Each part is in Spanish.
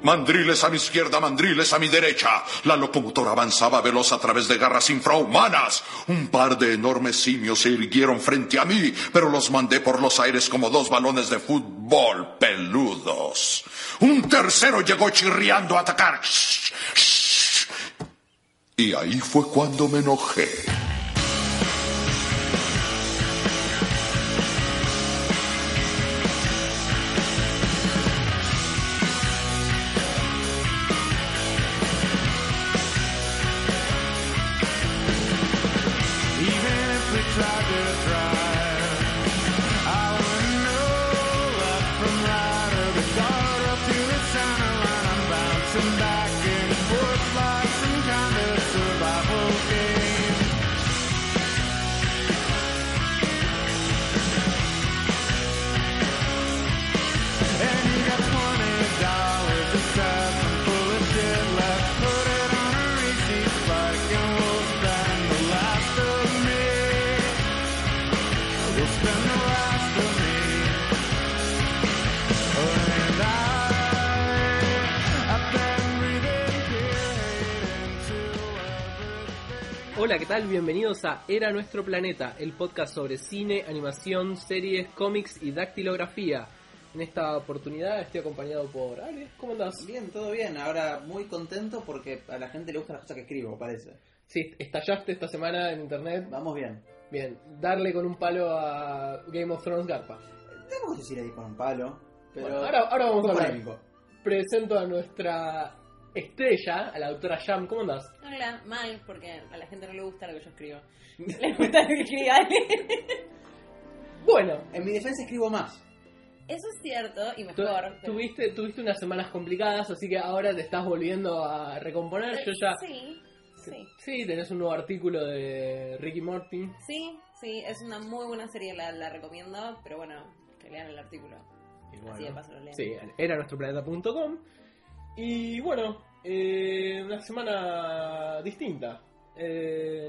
Mandriles a mi izquierda, mandriles a mi derecha. La locomotora avanzaba veloz a través de garras infrahumanas. Un par de enormes simios se irguieron frente a mí, pero los mandé por los aires como dos balones de fútbol peludos. Un tercero llegó chirriando a atacar. Y ahí fue cuando me enojé. Hola, ¿qué tal? Bienvenidos a Era Nuestro Planeta, el podcast sobre cine, animación, series, cómics y dactilografía. En esta oportunidad estoy acompañado por Alex, ¿cómo andás? Bien, todo bien. Ahora muy contento porque a la gente le gusta las cosas que escribo, parece. Sí, estallaste esta semana en internet. Vamos bien. Bien, darle con un palo a Game of Thrones Garpa. Tengo que decirle ahí con un palo, pero... Bueno, ahora, ahora vamos a Fue hablar. polémico. Presento a nuestra estrella, a la doctora Jam, ¿cómo andás? Hola, mal, porque a la gente no le gusta lo que yo escribo. Le gusta lo que escriba él. Bueno, En mi defensa escribo más. Eso es cierto y tu- mejor. pero- tuviste, tuviste unas semanas complicadas, así que ahora te estás volviendo a recomponer. Yo ya... Sí, sí. Sí, tenés un nuevo artículo de Ricky Morty. Sí, sí, es una muy buena serie, la, la recomiendo, pero bueno, que lean el artículo. Así de paso lo lean. Sí, era nuestro planeta.com. Y bueno, eh, una semana distinta. Eh,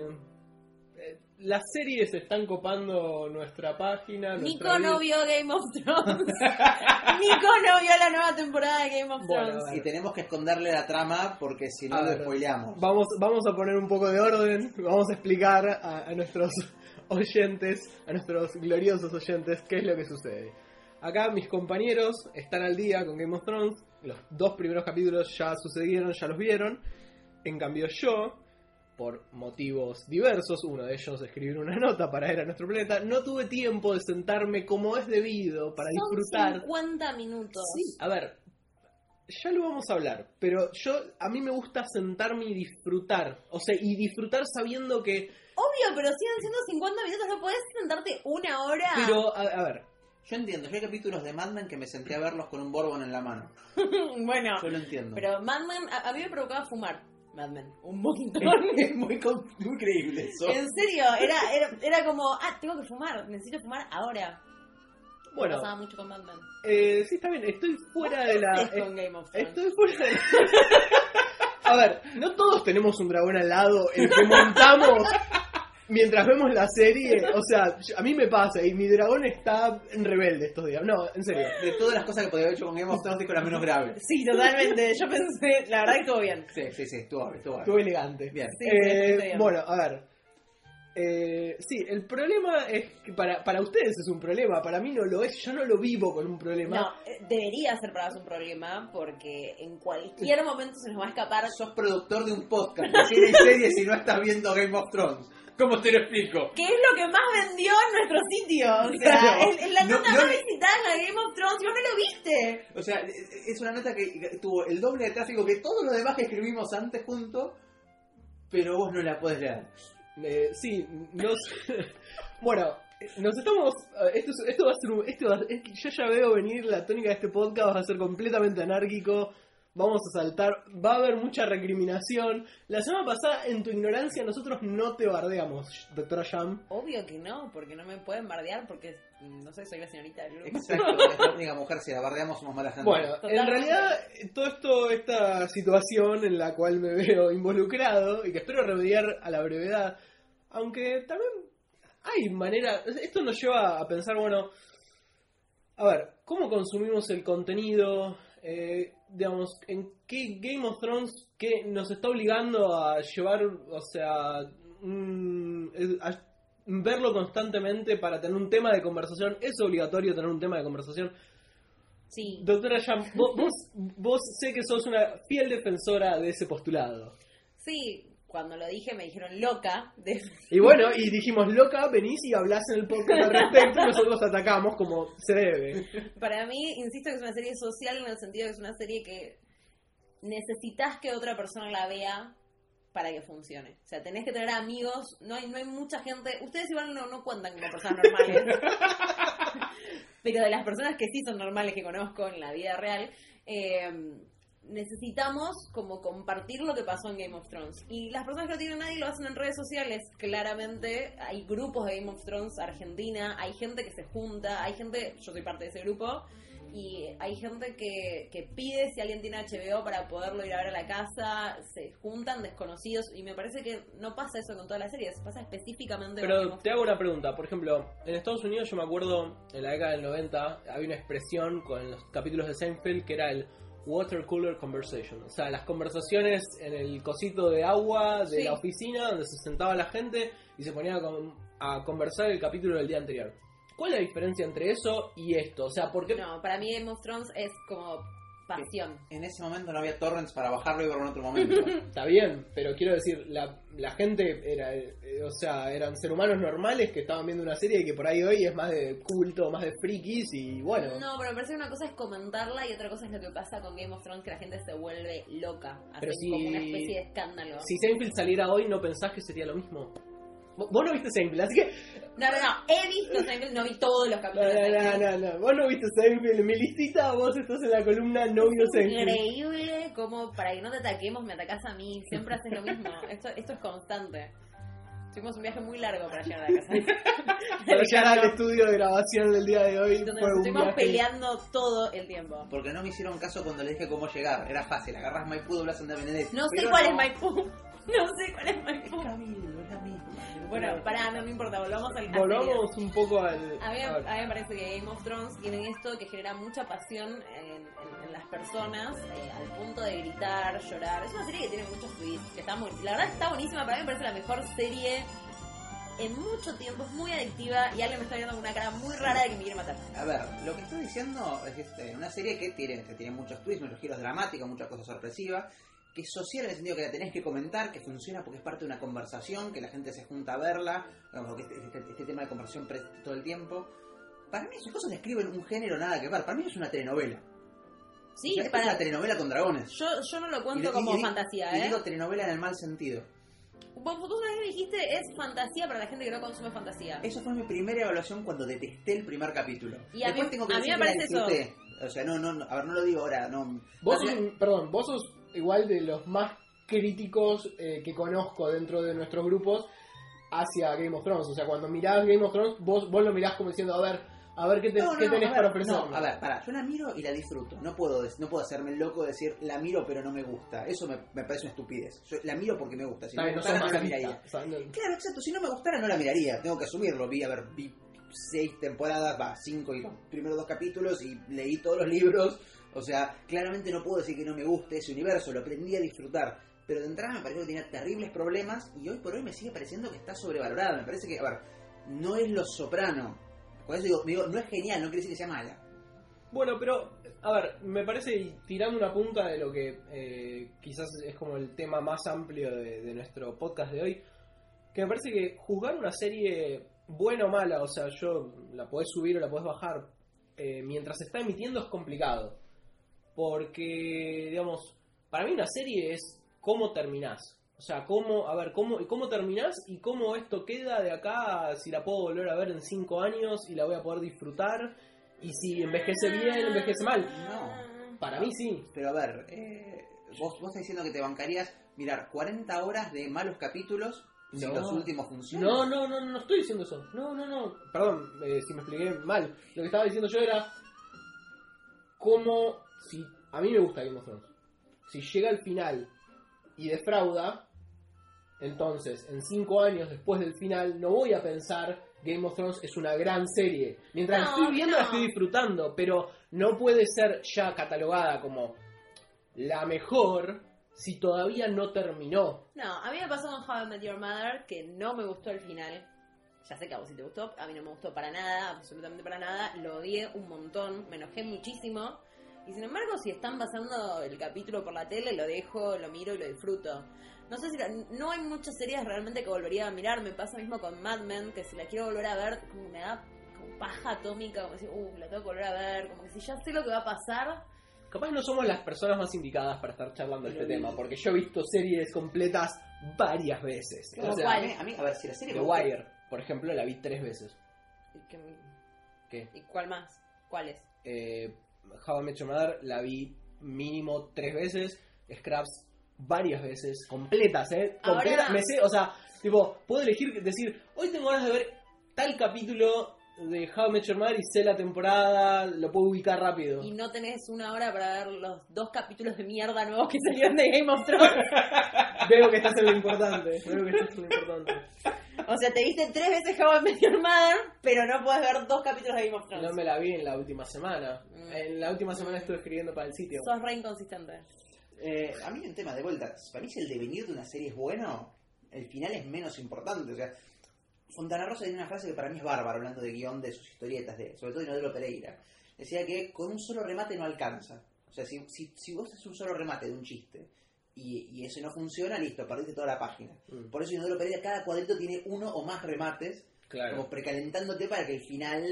eh, las series están copando nuestra página. Nico nuestra no vida. vio Game of Thrones. Nico no vio la nueva temporada de Game of Bueno, Thrones. Claro. Y tenemos que esconderle la trama porque si no A lo ver. spoileamos. Vamos, vamos a poner un poco de orden. Vamos a explicar a, a nuestros oyentes, a nuestros gloriosos oyentes, qué es lo que sucede. Acá mis compañeros están al día con Game of Thrones. Los dos primeros capítulos ya sucedieron, ya los vieron. En cambio yo, por motivos diversos, uno de ellos escribir una nota para ir a nuestro planeta, no tuve tiempo de sentarme como es debido para disfrutar. Son 50 minutos. Sí, a ver, ya lo vamos a hablar, pero yo a mí me gusta sentarme y disfrutar, o sea, y disfrutar sabiendo que, Obvio, pero siguen siendo 50 minutos, no podés sentarte una hora. pero a, a ver, Yo entiendo, yo hay capítulos de Mad Men que me senté a verlos con un borbón en la mano. bueno, Yo lo entiendo. pero Mad Men, a, a mí me provocaba fumar. Mad Men, un montón. es muy, con- muy creíble eso. En serio, era, era, era como, ah, tengo que fumar, necesito fumar ahora. bueno, Pasaba mucho con Batman. eh, sí, está bien, estoy fuera de la... eh, Es con Game of Thrones. Estoy fuera de la... A ver, no todos tenemos un dragón al lado, el que montamos mientras vemos la serie, o sea, yo- a mí me pasa, y mi dragón está en rebelde estos días, no, en serio. De todas las cosas que podría haber hecho con Game of Thrones, es la menos grave. Sí, totalmente. Yo pensé, la verdad que estuvo bien. Sí, sí, sí, estuvo bien, estuvo bien. Estuvo elegante. Bien. Sí, sí, Eh, sí, sí. bueno, a ver. Eh, sí, el problema es que para, para ustedes es un problema, para mí no lo es, yo no lo vivo con un problema. No, eh, debería ser para vos un problema porque en cualquier momento se nos va a escapar. Sos productor de un podcast, de cine y series y no estás viendo Game of Thrones. ¿Cómo te lo explico? ¿Qué es lo que más vendió en nuestro sitio? O sea, Claro. es, es la No- nota no más le- visitada en la de Game of Thrones. Vos no lo viste. O sea, e, es una nota que tuvo el doble de tráfico que todos los demás que escribimos antes juntos, pero vos no la podés leer. Eh, sí, nos, bueno, nos estamos... eh, Esto, es- esto va a ser un... Esto va- es que yo ya veo venir la tónica de este podcast, va a ser completamente anárquico, Vamos a saltar. Va a haber mucha recriminación. La semana pasada, en tu ignorancia, nosotros no te bardeamos, doctora Jam. Obvio que no, porque no me pueden bardear porque, no sé, soy la señorita del grupo. Exacto, es la única mujer, si la bardeamos somos malas gente. Bueno, en Totalmente. realidad, todo esto, esta situación en la cual me veo involucrado y que espero remediar a la brevedad, aunque también hay manera, esto nos lleva a pensar, bueno, a ver, ¿cómo consumimos el contenido? Eh, digamos, ¿en qué Game of Thrones que nos está obligando a llevar, o sea, un- a verlo constantemente para tener un tema de conversación? ¿Es obligatorio tener un tema de conversación? Sí. Doctora Jam, vo- vos, vos sé que sos una fiel defensora de ese postulado. Sí, cuando lo dije me dijeron loca. de- Y bueno, y dijimos, loca, venís y hablás en el podcast al respecto, y nosotros atacamos como se debe. Para mí, insisto que es una serie social en el sentido que es una serie que necesitas que otra persona la vea para que funcione. O sea, tenés que tener amigos, no hay, no hay mucha gente. Ustedes igual no, no cuentan como personas normales. Pero de las personas que sí son normales que conozco en la vida real, eh, necesitamos como compartir lo que pasó en Game of Thrones. Y las personas que no tienen nadie lo hacen en redes sociales. Claramente hay grupos de Game of Thrones Argentina, hay gente que se junta, hay gente, yo soy parte de ese grupo, y hay gente que, que pide si alguien tiene HBO para poderlo ir a ver a la casa, se juntan desconocidos, y me parece que no pasa eso con todas las series, pasa específicamente con Game Pero of te hago una pregunta, por ejemplo, en Estados Unidos yo me acuerdo, en la década del 90, había una expresión con los capítulos de Seinfeld que era el water cooler conversation, o sea, las conversaciones en el cosito de agua de Sí. la oficina donde se sentaba la gente y se ponía a, con- a conversar el capítulo del día anterior. ¿Cuál es la diferencia entre eso y esto? O sea, ¿por qué No, para mí Game of Thrones es como pasión. En ese momento no había torrents para bajarlo y verlo en otro momento. Está bien, pero quiero decir, la, la gente era, eh, o sea, eran seres humanos normales que estaban viendo una serie que por ahí hoy es más de culto, más de frikis y bueno. No, pero me parece que una cosa es comentarla y otra cosa es lo que pasa con Game of Thrones, que la gente se vuelve loca. Hacen Pero si- como una especie de escándalo. Si Seinfeld saliera hoy, ¿no pensás que sería lo mismo? Vos vos no viste Seinfeld, así que... No, no, no, he visto Seinfeld, no vi todos los No, capítulos. de no, Seinfeld. no, no, no. Vos no viste Seinfeld. En mi listita vos estás en la columna no vio Seinfeld. Increíble como para que no te ataquemos, me atacás a mí. Siempre haces lo mismo. Esto, esto es constante. Tuvimos un viaje muy largo para llegar a la casa. Para llegar al estudio de grabación del día de hoy Entonces fue nos un estuvimos viaje. peleando todo el tiempo. Porque no me hicieron caso cuando le dije cómo llegar. Era fácil, agarras Maipú, doblas Onda Benedetto. No sé Pero cuál no. es Maipú. No sé cuál es Maipú. Es Cabildo, es la misma. Bueno, pará, no me importa, volvamos al al serio. Volvamos un poco al... A mí, a ver. a mí me parece que Game of Thrones tiene esto que genera mucha pasión en, en- en las personas, eh, al punto de gritar, llorar. Es una serie que tiene muchos tweets, que está muy, la verdad está buenísima, para mí me parece la mejor serie en mucho tiempo, es muy adictiva y alguien me está viendo con una cara muy rara de que me quiere matar. A ver, lo que estoy diciendo es este, una serie que tiene, que tiene muchos twists, muchos giros dramáticos, muchas cosas sorpresivas, que es social en el sentido que la tenés que comentar, que funciona porque es parte de una conversación, que la gente se junta a verla, digamos, que este, este- este tema de conversación pre- todo el tiempo. Para mí esas cosas describen un género nada que ver, para mí es una telenovela. Sí, O sea, es para, una telenovela con dragones. yo, yo no lo Y cuento de- y- como y di- fantasía, y ¿eh? digo telenovela en el mal sentido. Vos, vos una vez me dijiste, es fantasía para la gente que no consume fantasía. Esa fue mi primera evaluación cuando detesté el primer capítulo. Y a Después mí- tengo que a mí decir me que la parece eso. disfruté. O sea, no, no, no, a ver, no lo digo ahora, no. Vos La- sos, un- perdón, vos sos igual de los más críticos eh, que conozco dentro de nuestros grupos hacia Game of Thrones. O sea, cuando mirás Game of Thrones, vos, vos lo mirás como diciendo, a ver, a ver qué, te- No, no, qué tenés a ver, para ofrecerme. no, a ver, pará, yo la miro y la disfruto. No puedo, des- no puedo hacerme el loco de decir la miro pero no me gusta. Eso me, me parece una estupidez. Yo la miro porque me gusta. Si Está no me bien, no sos gustara, no la masoquista. miraría. O sea, no- Claro, exacto. Si no me gustara, no la miraría. Tengo que asumirlo. Vi, a ver, vi seis temporadas, va, cinco y los primeros dos capítulos y leí todos los libros. O sea, claramente no puedo decir que no me guste ese universo. Lo aprendí a disfrutar. Pero de entrada me pareció que tenía terribles problemas y hoy por hoy me sigue pareciendo que está sobrevalorada. Me parece que, a ver, no es lo soprano. Con eso digo, digo, no es genial, no quiere decir que sea mala. Bueno, pero, a ver, me parece, y tirando una punta de lo que eh, quizás es como el tema más amplio de, de nuestro podcast de hoy, que me parece que juzgar una serie buena o mala, o sea, yo la podés subir o la podés bajar, eh, mientras se está emitiendo es complicado. Porque, digamos, para mí una serie es cómo terminás. O sea, cómo, a ver, cómo, cómo terminás y cómo esto queda de acá, si la puedo volver a ver en cinco años y la voy a poder disfrutar, y si envejece bien, envejece mal. No. Para mí sí. Pero a ver, eh, vos, vos estás diciendo que te bancarías, mirar, 40 horas de malos capítulos si No. los últimos funcionan. No, no, no, no estoy diciendo eso. No, no, no. Perdón, eh, si me expliqué mal. Lo que estaba diciendo yo era cómo si a mí me gusta Game of Thrones. Si llega al final y defrauda, entonces en cinco años después del final no voy a pensar Game of Thrones es una gran serie. Mientras la No, estoy viendo la no. estoy disfrutando, pero no puede ser ya catalogada como la mejor si todavía no terminó. No, a mí me pasó con How I Met Your Mother que no me gustó el final. Ya sé que a vos sí te gustó, a mí no me gustó para nada, absolutamente para nada. Lo odié un montón, me enojé muchísimo. Y sin embargo, si están pasando el capítulo por la tele, lo dejo, lo miro y lo disfruto. No sé si la- no hay muchas series realmente que volvería a mirar. Me pasa mismo con Mad Men, que si la quiero volver a ver, como me da como paja atómica, como decir, uh, la tengo que volver a ver. Como que si ya sé lo que va a pasar, Capaz no somos las personas más indicadas para estar charlando este Pero- tema, porque yo he visto series completas varias veces. Claro, O sea, a, mí, a mí, a ver, si la serie The me gusta- Wire, por ejemplo, la vi tres veces. ¿y, qué- ¿Qué? y cuál más? ¿Cuáles? Eh, How I Met Your Mother la vi mínimo tres veces. Scraps varias veces, completas, ¿eh? Ahora- Completas, me sé, o sea, tipo, puedo elegir, decir, hoy tengo ganas de ver tal capítulo de How I Met Your Mother y sé la temporada, lo puedo ubicar rápido. y no tenés una hora para ver los dos capítulos de mierda nuevos que salieron de Game of Thrones. Veo que estás en lo importante, veo que estás en lo importante. O sea, te viste tres veces How I Met Your Mother, pero no puedes ver dos capítulos de Game of Thrones. No me la vi en la última semana. Mm. En la última semana estuve escribiendo para el sitio. Sos re inconsistente. Eh, a mí un tema de vuelta, para mí si el devenir de una serie es bueno, el final es menos importante. O sea, Fontana Rosa tiene una frase que para mí es bárbara, hablando de guión de sus historietas, de, sobre todo de Nodelo Pereira. Decía que con un solo remate no alcanza. O sea, si, si, si vos haces un solo remate de un chiste y, y ese no funciona, listo, perdiste toda la página. Mm. Por eso Inodoro Pereira, cada cuadrito tiene uno o más remates, como precalentándote para que el final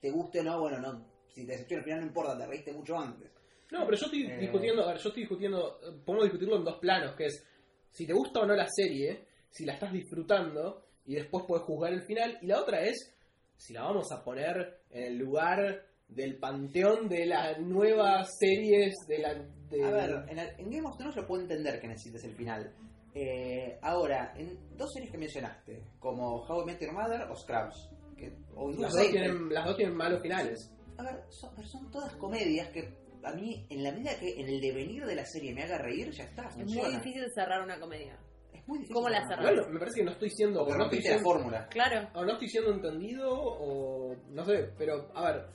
te guste o no. Bueno, no, si te decepciona el final no importa, te reíste mucho antes. No, pero yo estoy Eh. discutiendo, a ver, yo estoy discutiendo, eh, podemos discutirlo en dos planos, que es si te gusta o no la serie, si la estás disfrutando y después puedes juzgar el final, y la otra es si la vamos a poner en el lugar del panteón de las nuevas series de la... de- A Eh, ver, en, la- en Game of Thrones lo puedo entender que necesites el final. Eh, ahora, en dos series que mencionaste, como How I Met Your Mother o Scrubs, que, o las, incluso dos Seinfeld, tienen, las dos tienen malos finales. a ver, son, pero son todas comedias que a mí, en la medida que en el devenir de la serie me haga reír, ya está, Es muy funciona. difícil cerrar una comedia. Es muy difícil. ¿Cómo la cerrás? Bueno, me parece que no estoy siendo... Porque no estoy rompiste la siendo- fórmula. Claro. o no estoy siendo entendido o no sé, pero a ver,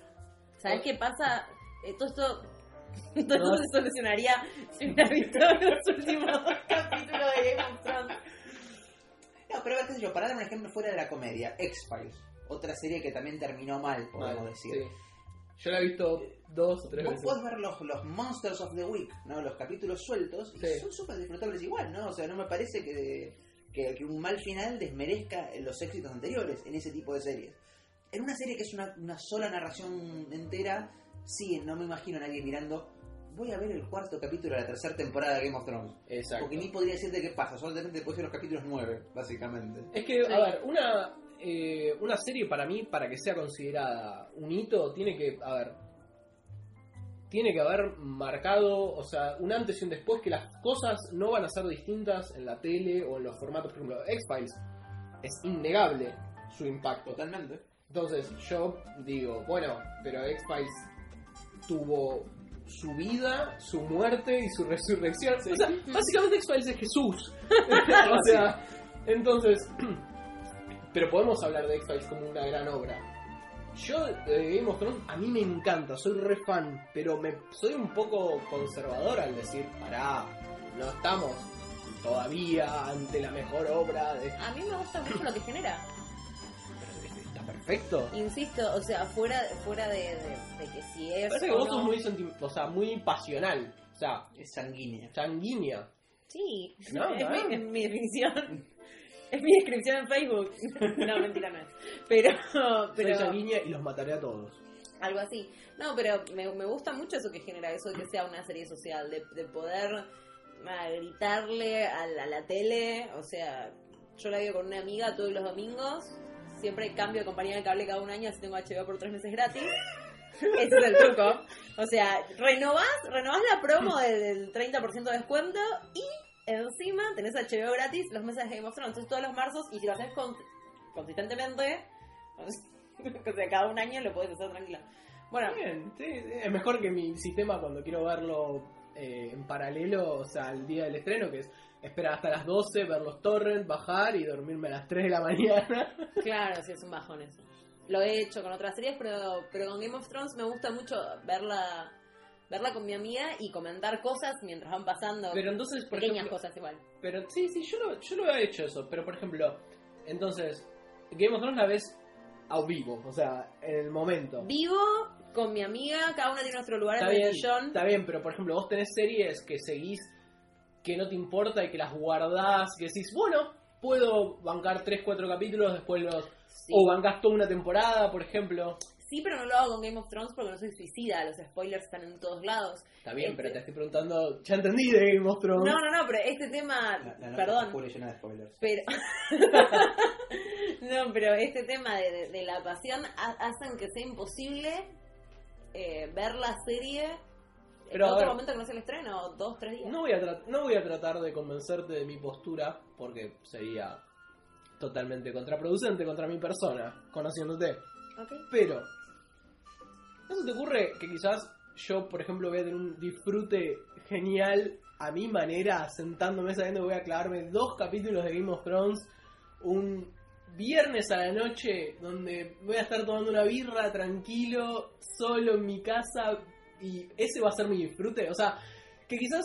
¿Sabés qué pasa? Eh, todo esto, todo No. esto se solucionaría si hubiera visto los últimos dos capítulos de Game of Thrones. No, pero a ver, qué sé yo, para dar un ejemplo fuera de la comedia, X-Files, otra serie que también terminó mal, podemos mal, decir. sí. Yo la he visto dos o tres Vos veces. podés ver los, los Monsters of the Week, ¿no? Los capítulos sueltos, y Sí. son súper disfrutables igual, ¿no? O sea, no me parece que, que, que un mal final desmerezca los éxitos anteriores en ese tipo de series. En una serie que es una, una sola narración entera, sí, no me imagino a nadie mirando. Voy a ver el cuarto capítulo de la tercera temporada de Game of Thrones. Exacto. Porque ni podría decirte qué pasa, solamente después de los capítulos nueve, básicamente. Es que, Sí. a ver, una, eh, una serie para mí, para que sea considerada un hito, tiene que, a ver, tiene que haber marcado, o sea, un antes y un después, que las cosas no van a ser distintas en la tele o en los formatos, por ejemplo, X-Files. Es innegable su impacto. Totalmente. Entonces, yo digo, bueno, pero X-Files tuvo su vida, su muerte y su resurrección. O sea, básicamente X-Files es Jesús. o sea, entonces, pero podemos hablar de X-Files como una gran obra. Yo de Game of Thrones, a mí me encanta, soy re fan, pero me, soy un poco conservador al decir, pará, no estamos todavía ante la mejor obra de... este A mí me gusta mucho lo que genera. Está perfecto. Insisto, o sea, fuera, fuera de, de- de que si es. Parece que o vos no- sos muy, senti- o sea, muy pasional, o sea, Es sanguínea. sanguínea. Sí, No, es, no. Mi, es mi descripción. Es mi descripción en Facebook. No, mentira, no es. Pero, Soy pero sanguínea y los mataré a todos. algo así. No, pero me, me gusta mucho eso que genera eso, de que sea una serie social, de, de poder ah, gritarle a la, a la tele. O sea, yo la veo con una amiga todos los domingos. Siempre cambio de compañía de cable cada un año, así tengo HBO por tres meses gratis. Ese es el truco. O sea, renovás, renovás la promo del 30% de descuento y encima tenés HBO gratis los meses de Game of Thrones. Entonces todos los marzos, y si lo haces con- consistentemente, o sea, cada un año lo puedes hacer tranquilo. Bueno, Bien, sí, sí, es mejor que mi sistema cuando quiero verlo eh, en paralelo, o sea, al día del estreno, que es esperar hasta las 12, ver los torrents, bajar y dormirme a las 3 de la mañana. Claro, sí, es un bajón eso. Lo he hecho con otras series, pero, pero con Game of Thrones me gusta mucho verla verla con mi amiga y comentar cosas mientras van pasando. Pero entonces, por pequeñas ejemplo, cosas igual. pero sí, sí, yo lo, yo lo he hecho eso, pero por ejemplo, entonces, Game of Thrones la ves a vivo, o sea, en el momento. Vivo con mi amiga, cada una tiene nuestro lugar en Está el bien, sillón. está bien, pero por ejemplo, vos tenés series que seguís que no te importa y que las guardás, que decís, bueno, puedo bancar 3, 4 capítulos, después los... Sí. O bancás toda una temporada, por ejemplo. Sí, pero no lo hago con Game of Thrones porque no soy suicida, los spoilers están en todos lados. Está bien, Este- pero te estoy preguntando, ya entendí de Game of Thrones. No, no, no, pero este tema, La- la nota perdón, está full llena de spoilers. Pero. no, pero este tema de, de- de la pasión ha- hacen que sea imposible eh, ver la serie Pero, a en ver. otro momento que no se el estreno, dos, tres días. No voy, a tra- no voy a tratar de convencerte de mi postura, porque sería totalmente contraproducente contra mi persona, conociéndote. Ok. Pero, ¿no se te ocurre que quizás yo, por ejemplo, voy a tener un disfrute genial a mi manera, sentándome sabiendo que voy a clavarme dos capítulos de Game of Thrones, un viernes a la noche, donde voy a estar tomando una birra tranquilo, solo en mi casa, y ese va a ser mi disfrute? O sea, que quizás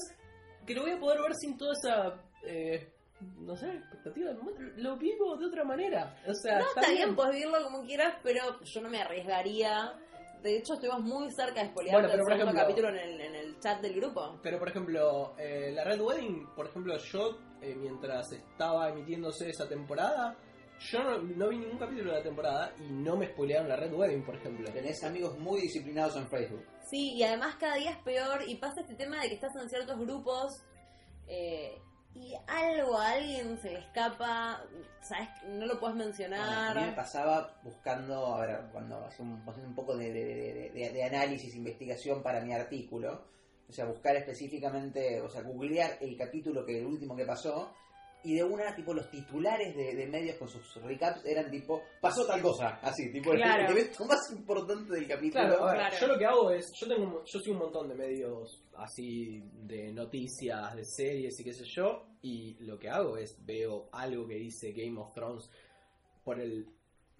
que lo voy a poder ver sin toda esa... eh, no sé, expectativa, lo vivo de otra manera. O sea, No, está bien, pues, puedes vivirlo como quieras, pero yo no me arriesgaría. De hecho, estuvimos muy cerca de spoilear Bueno, pero el por segundo ejemplo- capítulo en el, en el chat del grupo. Pero por ejemplo, eh, la Red Wedding, por ejemplo, yo eh, mientras estaba emitiéndose esa temporada, yo no, no vi ningún capítulo de la temporada y no me spoilearon la Red Wedding, por ejemplo. Tenés amigos muy disciplinados en Facebook. Sí, y además cada día es peor y pasa este tema de que estás en ciertos grupos eh, y algo a alguien se le escapa, sabes, no lo puedes A mí me mencionar. pasaba buscando, a ver, cuando hacía un, hacía un poco de, de- de- de- de análisis, investigación para mi artículo, o sea, buscar específicamente, o sea, googlear el capítulo que el último que pasó, y de una, tipo, los titulares de, de medios con sus recaps eran tipo, pasó tal cosa, así, tipo, el- Claro. el evento más importante del capítulo. Claro, a ver, Claro. yo lo que hago es, yo tengo, un- yo sigo un montón de medios así de noticias, de series y qué sé yo, y lo que hago es veo algo que dice Game of Thrones por el,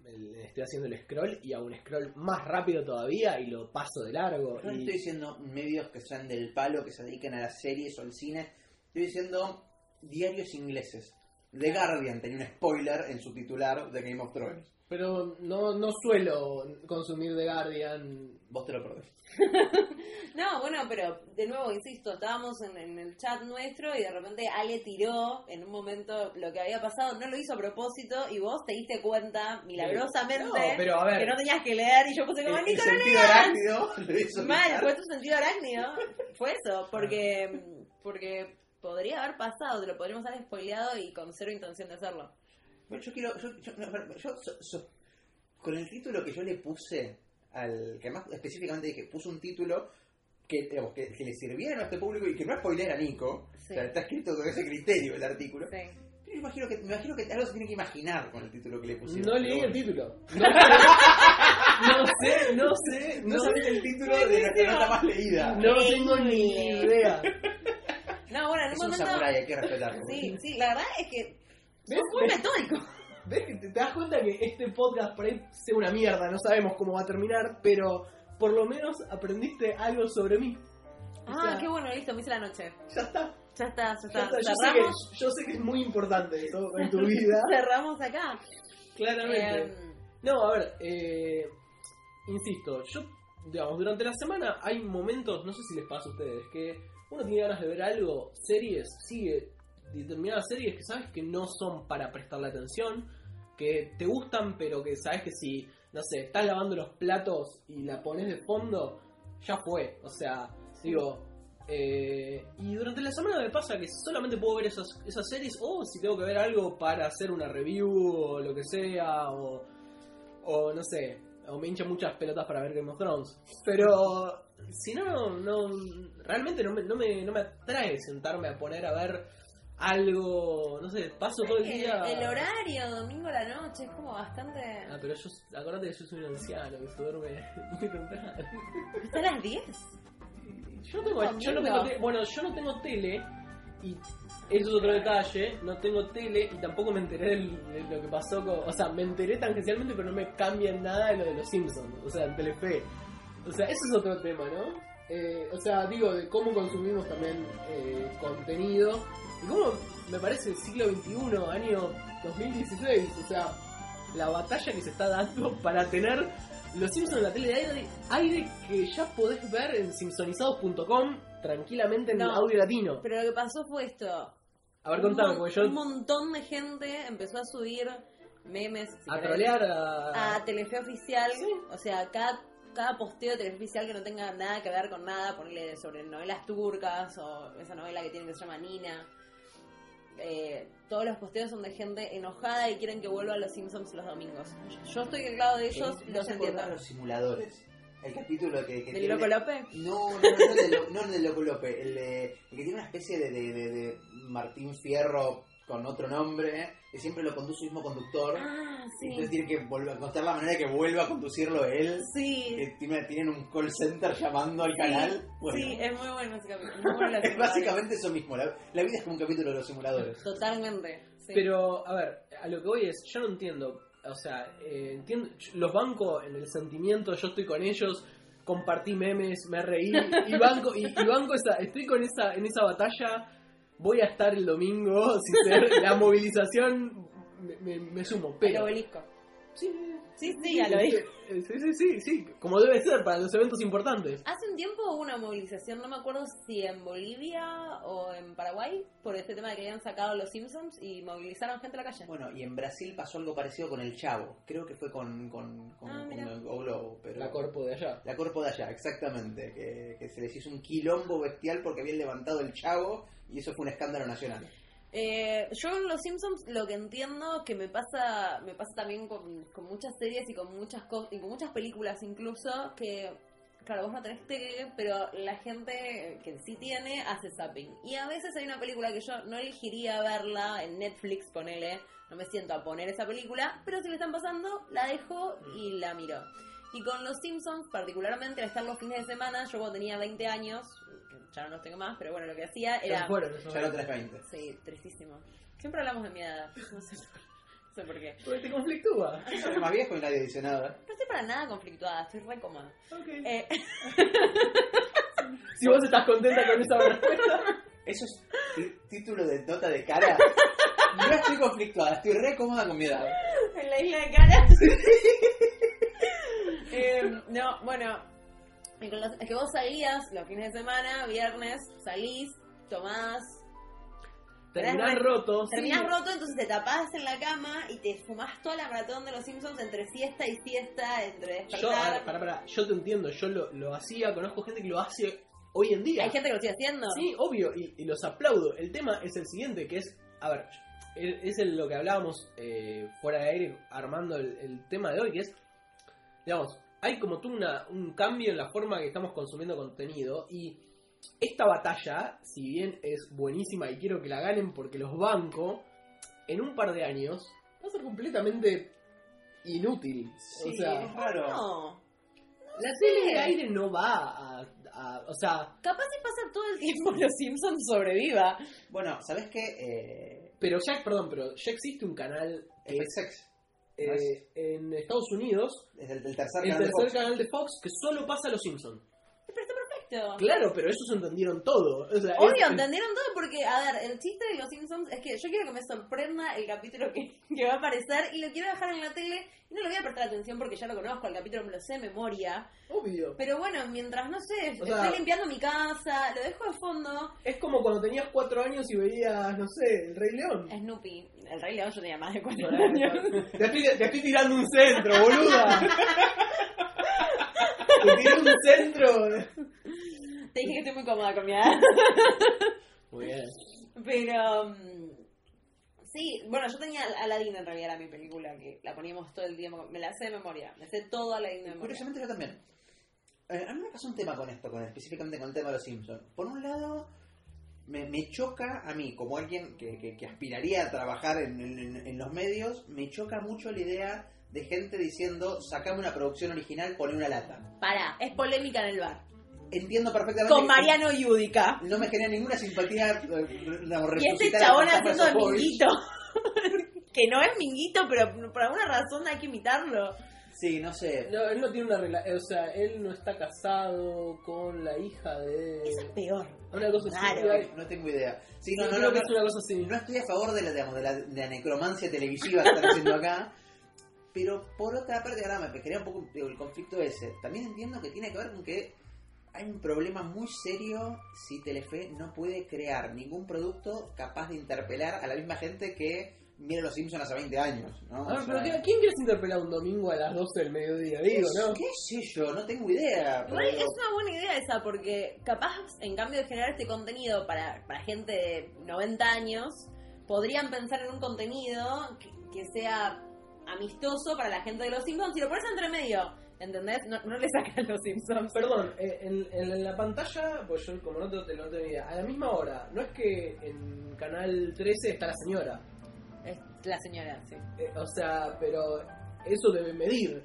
el- estoy haciendo el scroll y hago un scroll más rápido todavía y lo paso de largo. Yo no y- estoy diciendo medios que sean del palo, que se dediquen a las series o al cine. Estoy diciendo diarios ingleses. The Guardian tenía un spoiler en su titular de Game of Thrones. Pero no, no suelo consumir The Guardian. Vos te lo perdés. No, bueno, pero de nuevo, insisto, estábamos en, en el chat nuestro y de repente Ale tiró en un momento lo que había pasado, no lo hizo a propósito y vos te diste cuenta milagrosamente No, pero a ver. que no tenías que leer y yo puse como, el Nico, no sentido leas". arácnido lo hizo Mal, notar. fue tu sentido arácnido. Fue eso, porque, Ah. porque podría haber pasado, te lo podríamos haber spoileado y con cero intención de hacerlo. Bueno, yo quiero. Yo, yo- no, pero yo so- so- con el título que yo le puse al. que además específicamente dije, puse un título que, digamos, que, que le sirviera a nuestro público y que no spoiler a Nico. Sí. O sea, está escrito con ese criterio el artículo. Sí. Yo me imagino que, me imagino que algo se tiene que imaginar con el título que le pusieron. No pero leí el bueno. título. No sé, no sé, no No sé. sabía el título de Buenísimo. nuestra nota más leída. No tengo ni idea. No, bueno, en Es un un momento. samurái, hay que respetarlo. Sí, sí, la verdad es que. ¿Ves? Sos muy ¿Ves? metódico. ¿Ves que te, te das cuenta que este podcast por ahí sea una mierda? No sabemos cómo va a terminar, pero por lo menos aprendiste algo sobre mí. O Ah, sea, qué bueno, listo, me hice la noche. Ya está. Ya está, ya ya está. está. Yo, sé Cerramos, que, yo sé que es muy importante eso en tu vida. cerramos acá. Claramente. Em, No, a ver, eh, insisto, yo, digamos, durante la semana hay momentos, no sé si les pasa a ustedes, que uno tiene ganas de ver algo, series, sigue determinadas series que sabes que no son para prestarle atención, que te gustan, pero que sabes que si, no sé, estás lavando los platos y la pones de fondo, ya fue, o sea, digo... eh, y durante la semana me pasa que solamente puedo ver esas, esas series o si tengo que ver algo para hacer una review o lo que sea o o no sé, o me hinchan muchas pelotas para ver Game of Thrones. Pero si no, no realmente no me, no, me, no me atrae sentarme a poner a ver algo, no sé, paso todo el Es que día... El horario, domingo a la noche, es como bastante. Ah, pero yo, acordate que yo soy un anciano que se duerme muy temprano. ¿Hasta las 10? Yo, tengo- yo no tengo Domingo. te- bueno, yo no tengo tele y eso es otro detalle, no tengo tele y tampoco me enteré del- de lo que pasó con, o sea, me enteré tangencialmente pero no me cambia en nada de lo de los Simpsons, o sea, en Telefe. O sea, eso es otro tema, ¿no? Eh, o sea, digo, de cómo consumimos también eh, contenido y cómo me parece el siglo XXI, año 2016, o sea, la batalla que se está dando para tener los Simpsons en la tele de aire, aire que ya podés ver en simpsonizados.com tranquilamente en No. audio latino. Pero lo que pasó fue esto. A ver, contame, un, mon- porque yo un montón de gente empezó a subir memes. si a querés, trolear a... a Telefe Oficial. Sí. O sea, cada, cada posteo de Telefe Oficial que no tenga nada que ver con nada, ponerle sobre novelas turcas o esa novela que tiene que se llama Nina. Eh, todos los posteos son de gente enojada y quieren que vuelva a los Simpsons los domingos. Yo estoy del lado de ellos, Eh, ¿no los se entiendo. acordaron los simuladores. El capítulo que. que ¿Del tiene- Loco Lope? No, no, no, del Lo- no del Loco Lope. El, de- el que tiene una especie de, de- de- de Martín Fierro con otro nombre, que siempre lo conduce el mismo conductor. Ah, Entonces sí. tiene que volver, encontrar la manera de que vuelva a conducirlo él. Sí, Que tiene- tienen un call center llamando al canal. Bueno, sí, es muy bueno ese capítulo. Muy bueno es básicamente eso mismo. La, la vida es como un capítulo de los simuladores. Totalmente. sí. Pero, a ver, a lo que voy es, yo no entiendo, o sea, eh, entiendo, los banco en el sentimiento, yo estoy con ellos, compartí memes, me reí, y banco, y, y banco esa, estoy con esa, en esa batalla, voy a estar el domingo, sin ser la movilización, me, me- me sumo, Pero pero... obelisco. Sí, Sí, sí, a lo obelisco. sí, sí, sí, sí, como debe ser para los eventos importantes. Hace un tiempo hubo una movilización, no me acuerdo si en Bolivia o en Paraguay, por este tema de que habían sacado los Simpsons y movilizaron gente a la calle. Bueno, y en Brasil pasó algo parecido con el Chavo. Creo que fue con, con, con, Ah, con mira. el Go Globo, pero La corpo de allá. La Corpo de allá, exactamente. Que, que se les hizo un quilombo bestial porque habían levantado el chavo y eso fue un escándalo nacional. Eh, yo en Los Simpsons lo que entiendo que me pasa, me pasa también con, con muchas series y con muchas co- y con muchas películas incluso que claro vos no tenés tele pero la gente que sí tiene hace zapping y a veces hay una película que yo no elegiría verla en Netflix ponele no me siento a poner esa película pero si la están pasando la dejo y la miro y con los Simpsons, particularmente al estar los fines de semana, yo cuando tenía 20 años, que ya no los tengo más, pero bueno, lo que hacía era... Ya fueron esos Ya lo traes 20. Sí, tristísimo. Siempre hablamos de mi edad. No sé, no sé por qué. Porque te conflictúa. Yo soy más viejo y nadie dice nada. No estoy para nada conflictuada, estoy re cómoda. Ok. Eh, Si vos estás contenta con esa respuesta... Eso es ti- título de nota de cara. No estoy conflictuada, estoy re cómoda con mi edad. en la isla de caras. Eh, no, bueno. y con los- Es que vos salías los fines de semana, viernes, salís, tomás. Terminás roto. sí. Terminás roto, entonces te tapás en la cama y te fumás toda la maratón de los Simpsons entre siesta y siesta, entre Yo, a despertar. ver, pará, pará, yo te entiendo, yo lo, lo hacía, conozco gente que lo hace hoy en día. Hay gente que lo sigue haciendo. Sí, obvio, y, y los aplaudo. El tema es el siguiente, que es, a ver, es es el- lo que hablábamos eh, fuera de aire armando el, el tema de hoy, que es, digamos, hay como tú una- un cambio en la forma que estamos consumiendo contenido y esta batalla, si bien es buenísima y quiero que la ganen porque los banco, en un par de años va a ser completamente inútil. o sea, es raro. No. La tele de aire no va a, a- O sea, Capaz si pasa todo el tiempo los Simpsons sobreviva. Bueno, ¿sabes qué? Eh, pero ya, perdón, pero ya existe un canal que es, SpaceX. eh, en Estados Unidos, Es el, el tercer el canal tercer de Fox. canal de Fox que solo pasa a los Simpsons. Pero está perfecto. Claro, pero ellos entendieron todo. O sea, Obvio, es- entendieron todo porque, a ver, el chiste de los Simpsons es que yo quiero que me sorprenda el capítulo que, que va a aparecer y lo quiero dejar en la tele y no le voy a prestar atención porque ya lo conozco, el capítulo me lo sé de memoria. obvio. Pero bueno, mientras, no sé, O estoy sea- limpiando mi casa, lo dejo de fondo. Es como cuando tenías cuatro años y veías, no sé, El Rey Eh. León. Snoopy, el Rey León yo tenía más de cuatro años. Te estoy, te estoy tirando un centro, boluda. Te tiré un centro. Te dije que estoy muy cómoda con mi edad. Muy bien. Pero. mm, Sí, bueno, yo tenía Al- Aladdin en realidad, era mi película, que la poníamos todo el tiempo. Me la sé de memoria, me sé todo Aladdin de memoria. Curiosamente yo también. Eh, a mí me pasó un tema con esto, con, específicamente con el tema de los Simpsons. Por un lado, me, me choca a mí, como alguien que, que- que aspiraría a trabajar en, en- en los medios, me choca mucho la idea de gente diciendo, sacame una producción original, poné una lata. Pará, es polémica en el bar. Entiendo perfectamente... Con que- Mariano Yudica. No me genera ninguna simpatía. eh, no, Y este resucitar a chabón Marta haciendo de Popovich. Minguito. que no es Minguito, pero por alguna razón hay que imitarlo. Sí, no sé. No, él no tiene una relación. O sea, él no está casado con la hija de. Eso es peor. Una cosa así. Claro. No tengo idea. Sí, No, no, no, creo no, que no. es una cosa así. No estoy a favor de la, digamos, de la, de la necromancia televisiva que están haciendo acá. Pero por otra parte, ahora me quería un poco digo, el conflicto ese. También entiendo que tiene que ver con que hay un problema muy serio si Telefe no puede crear ningún producto capaz de interpelar a la misma gente que mira Los Simpsons hace 20 años. ¿no? A ver, O pero sea, ¿qué- ¿a quién quieres interpelar un domingo a las 12 del mediodía? Digo, ¿no? ¿Qué sé yo? No tengo idea. Igual pero- es una buena idea esa, porque capaz, en cambio de generar este contenido para, para gente de 90 años, podrían pensar en un contenido que, que sea amistoso para la gente de los Simpsons. Si lo pones entre medio, ¿entendés? No, no le sacan los Simpsons. Perdón, eh, en, en- en la pantalla, pues yo como no te- te lo no tengo ni idea, a la misma hora, no es que en Canal 13 está la señora, Es la señora, sí. eh, o sea, pero eso debe medir.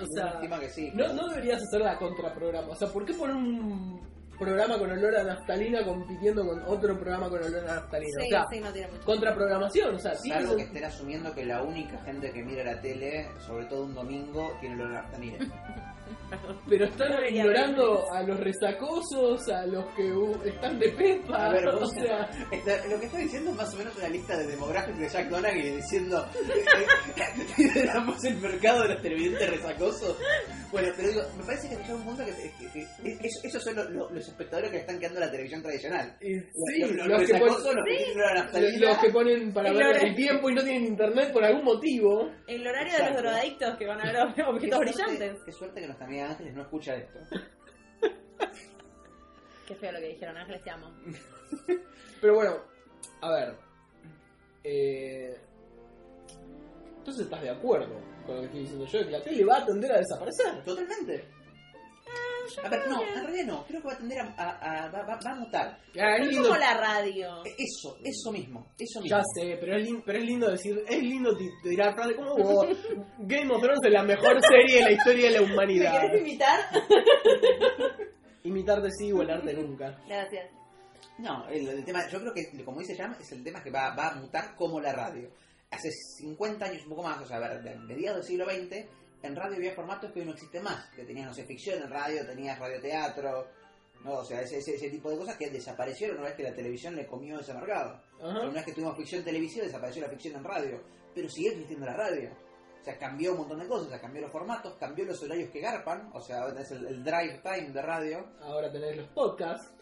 O sea, Lástima que sí. no, no deberías hacer la contraprograma, o sea, ¿por qué poner un programa con olor a naftalina compitiendo con otro programa con olor a naftalina? Sí, o sea, sí, no tiene mucho. contraprogramación, o sea, sí, Salvo eso- que estén asumiendo que la única gente que mira la tele, sobre todo un domingo, tiene olor a naftalina. pero están No debería ignorando haber. a los resacosos, a los que uh, están de pepa, A ver, o vos- sea... Está- lo que está diciendo es más o menos una lista de demográficos de Jack Donaghy diciendo eh, lideramos el mercado de los televidentes resacosos. Bueno, pero digo, me parece que llega un punto que, que- que- es- esos son los, los- los espectadores que le están quedando a la televisión tradicional. y- sí, los, los los que pon- resacosos, los que tienen olor a Los, naftalina. que ponen para El ver horario. el tiempo y no tienen internet por algún motivo. El horario de Exacto. los drogadictos que van a ver Qué objetos suerte- brillantes. Qué suerte que nuestra amiga Ángeles no escucha esto. Qué feo lo que dijeron, Ángeles, te amo. Pero bueno, a ver. Eh, entonces estás de acuerdo con lo que estoy diciendo yo, que la tele va a tender a desaparecer. Totalmente. A ver, no, en realidad no. Creo que va a tender a, a- a- va, va- va a mutar. Ah, Es es como lindo, la radio. Eso, eso mismo. Eso mismo. ya sé, pero es, lin- pero es lindo decir, es lindo ti- tirar frases como vos. Game of Thrones es la mejor serie de la historia de la ¿Me humanidad. querés imitar? Imitarte sí, volarte nunca. Gracias. No, el, el tema, yo creo que, como dice Jam, es el tema que va, va a mutar como la radio. Hace 50 años, un poco más, o sea, a ver, de- mediados del siglo XX, en radio había formatos que hoy no existen más. Que tenías, no sé, ficción en radio, tenías radioteatro, no, o sea, ese, ese, ese tipo de cosas que desaparecieron una vez que la televisión le comió ese mercado. Ajá. Una vez que tuvimos ficción televisiva, desapareció la ficción en radio. Pero sigue existiendo la radio. O sea, cambió un montón de cosas, o sea, cambió los formatos, cambió los horarios que garpan, o sea, ahora tenés el- el drive time de radio. Ahora tenés los podcasts.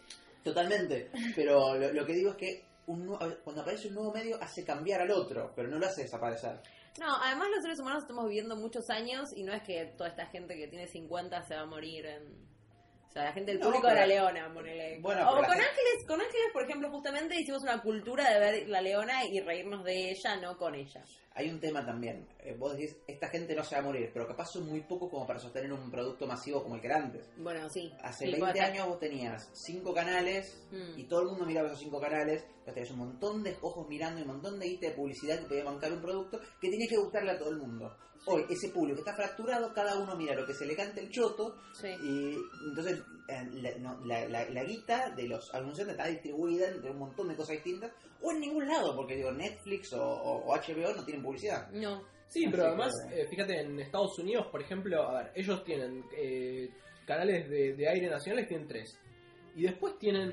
Totalmente, pero lo, lo que digo es que un nu- a ver, cuando aparece un nuevo medio hace cambiar al otro, pero no lo hace desaparecer. No, además los seres humanos estamos viviendo muchos años y no es que toda esta gente que tiene 50 se va a morir en... O sea, la gente del No, público de pero- la leona, ponele. Bueno, o pero con la gente- Ángeles, con Ángeles, por ejemplo, justamente hicimos una cultura de ver la leona y reírnos de ella, no con ella. Hay un tema también, eh, vos decís, esta gente no se va a morir, pero capaz son muy poco como para sostener un producto masivo como el que era antes. Bueno, sí. Hace sí, 20 puede ser. años vos tenías 5 canales Mm. y todo el mundo miraba esos 5 canales, pero tenías un montón de ojos mirando y un montón de guita de publicidad que podía bancar un producto que tenía que gustarle a todo el mundo. Hoy, ese público está fracturado, cada uno mira lo que se le canta el choto Sí. Y entonces eh, la, no, la, la- la guita de los anunciantes está distribuida entre un montón de cosas distintas o en ningún lado, porque digo, Netflix o, o- o HBO no tienen publicidad. No. Sí, Así pero que- además, eh, fíjate, en Estados Unidos, por ejemplo, a ver, ellos tienen eh, canales de, de aire nacionales, tienen tres. Y después tienen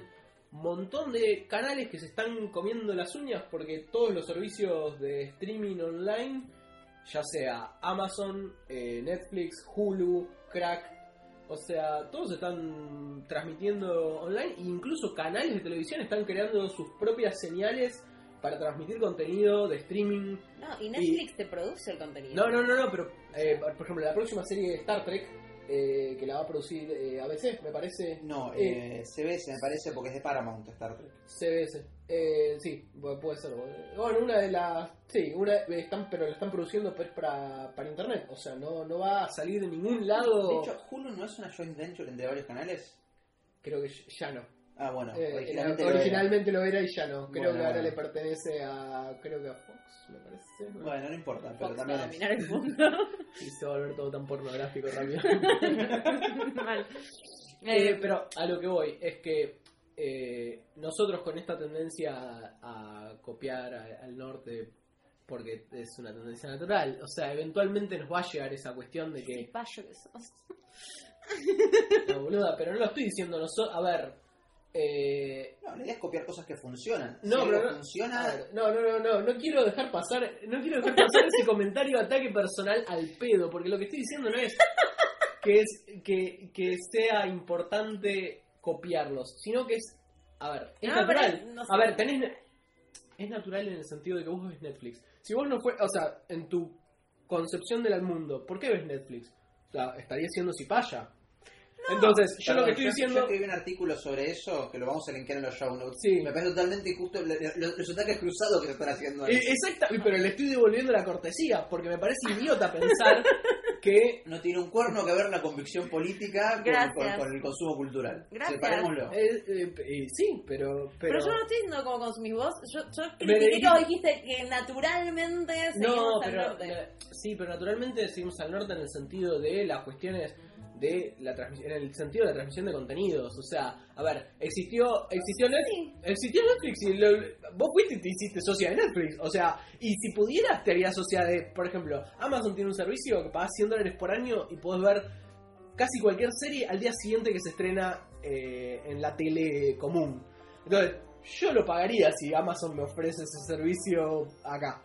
un montón de canales que se están comiendo las uñas porque todos los servicios de streaming online, ya sea Amazon, eh, Netflix, Hulu, Crack, o sea, todos están transmitiendo online, e incluso canales de televisión están creando sus propias señales para transmitir contenido de streaming No, y Netflix te produce el contenido. no, no, no, no, pero eh, por ejemplo, la próxima serie de Star Trek eh, que la va a producir eh, ABC, me parece. No, Eh, eh, CBS me parece porque es de Paramount Star Trek. CBS. Eh, sí, bu- puede ser. bu- Bueno, una de las. Sí, una, eh, están, pero la están produciendo pues para, para internet. O sea, no, no va a salir de ningún lado. De hecho, Hulu no es una joint venture entre varios canales. creo que ya no. Ah, bueno, Eh, era- originalmente. lo era. originalmente lo era y ya no. Creo Bueno, que ahora bueno. le pertenece a. Creo que a Fox, me parece. ¿no? Bueno, no importa, pero Fox va también. a es- dominar el mundo. Y se va a volver todo tan pornográfico rápido. Mal. Eh, Eh, pero a lo que voy es que eh, nosotros con esta tendencia a, a copiar a- al norte porque es una tendencia natural, o sea, eventualmente nos va a llegar esa cuestión de qué que payo que sos. no, boluda, pero no lo estoy diciendo nosotros, a ver, eh, No, la idea es copiar cosas que funcionan. No, si algo pero no- funciona, a ver, Ah, no, no, no, no, no quiero dejar pasar, no quiero dejar pasar ese comentario de ataque personal al pedo, porque lo que estoy diciendo no es que es que, que sea importante copiarlos, sino que es, a ver, es No, natural. pero no sé. A ver, tenés es natural en el sentido de que vos ves Netflix. Si vos no fue, o sea, en tu concepción del mundo, ¿por qué ves Netflix? O sea, estaría siendo cipaya. Entonces, yo lo que estoy Perdón, diciendo Yo escribí un artículo sobre eso que lo vamos a linkear en los show notes. Sí. Me parece totalmente injusto lo- lo- los ataques cruzados que se están haciendo ahí. Eh, Exacta, pero le estoy devolviendo la cortesía, porque me parece idiota pensar que... eh, No tiene un cuerno que ver la convicción política con, Gracias. con- con el consumo cultural. Gracias. Separémoslo. eh, eh, eh, sí, pero... Pero, Pero, yo no estoy diciendo como consumís vos. Yo, yo Me critiqué que dedico- vos dijiste que naturalmente seguimos No, al pero... norte. eh, sí, pero naturalmente seguimos al norte en el sentido de las cuestiones de la transmisión, en el sentido de la transmisión de contenidos, o sea, a ver, existió, existió Netflix, existió Netflix y lo- vos fuiste y te hiciste socia de Netflix, o sea, y si pudieras te harías socia de, por ejemplo, Amazon tiene un servicio que pagas 100 dólares por año y podés ver casi cualquier serie al día siguiente que se estrena eh, en la tele común. Entonces, yo lo pagaría si Amazon me ofrece ese servicio acá.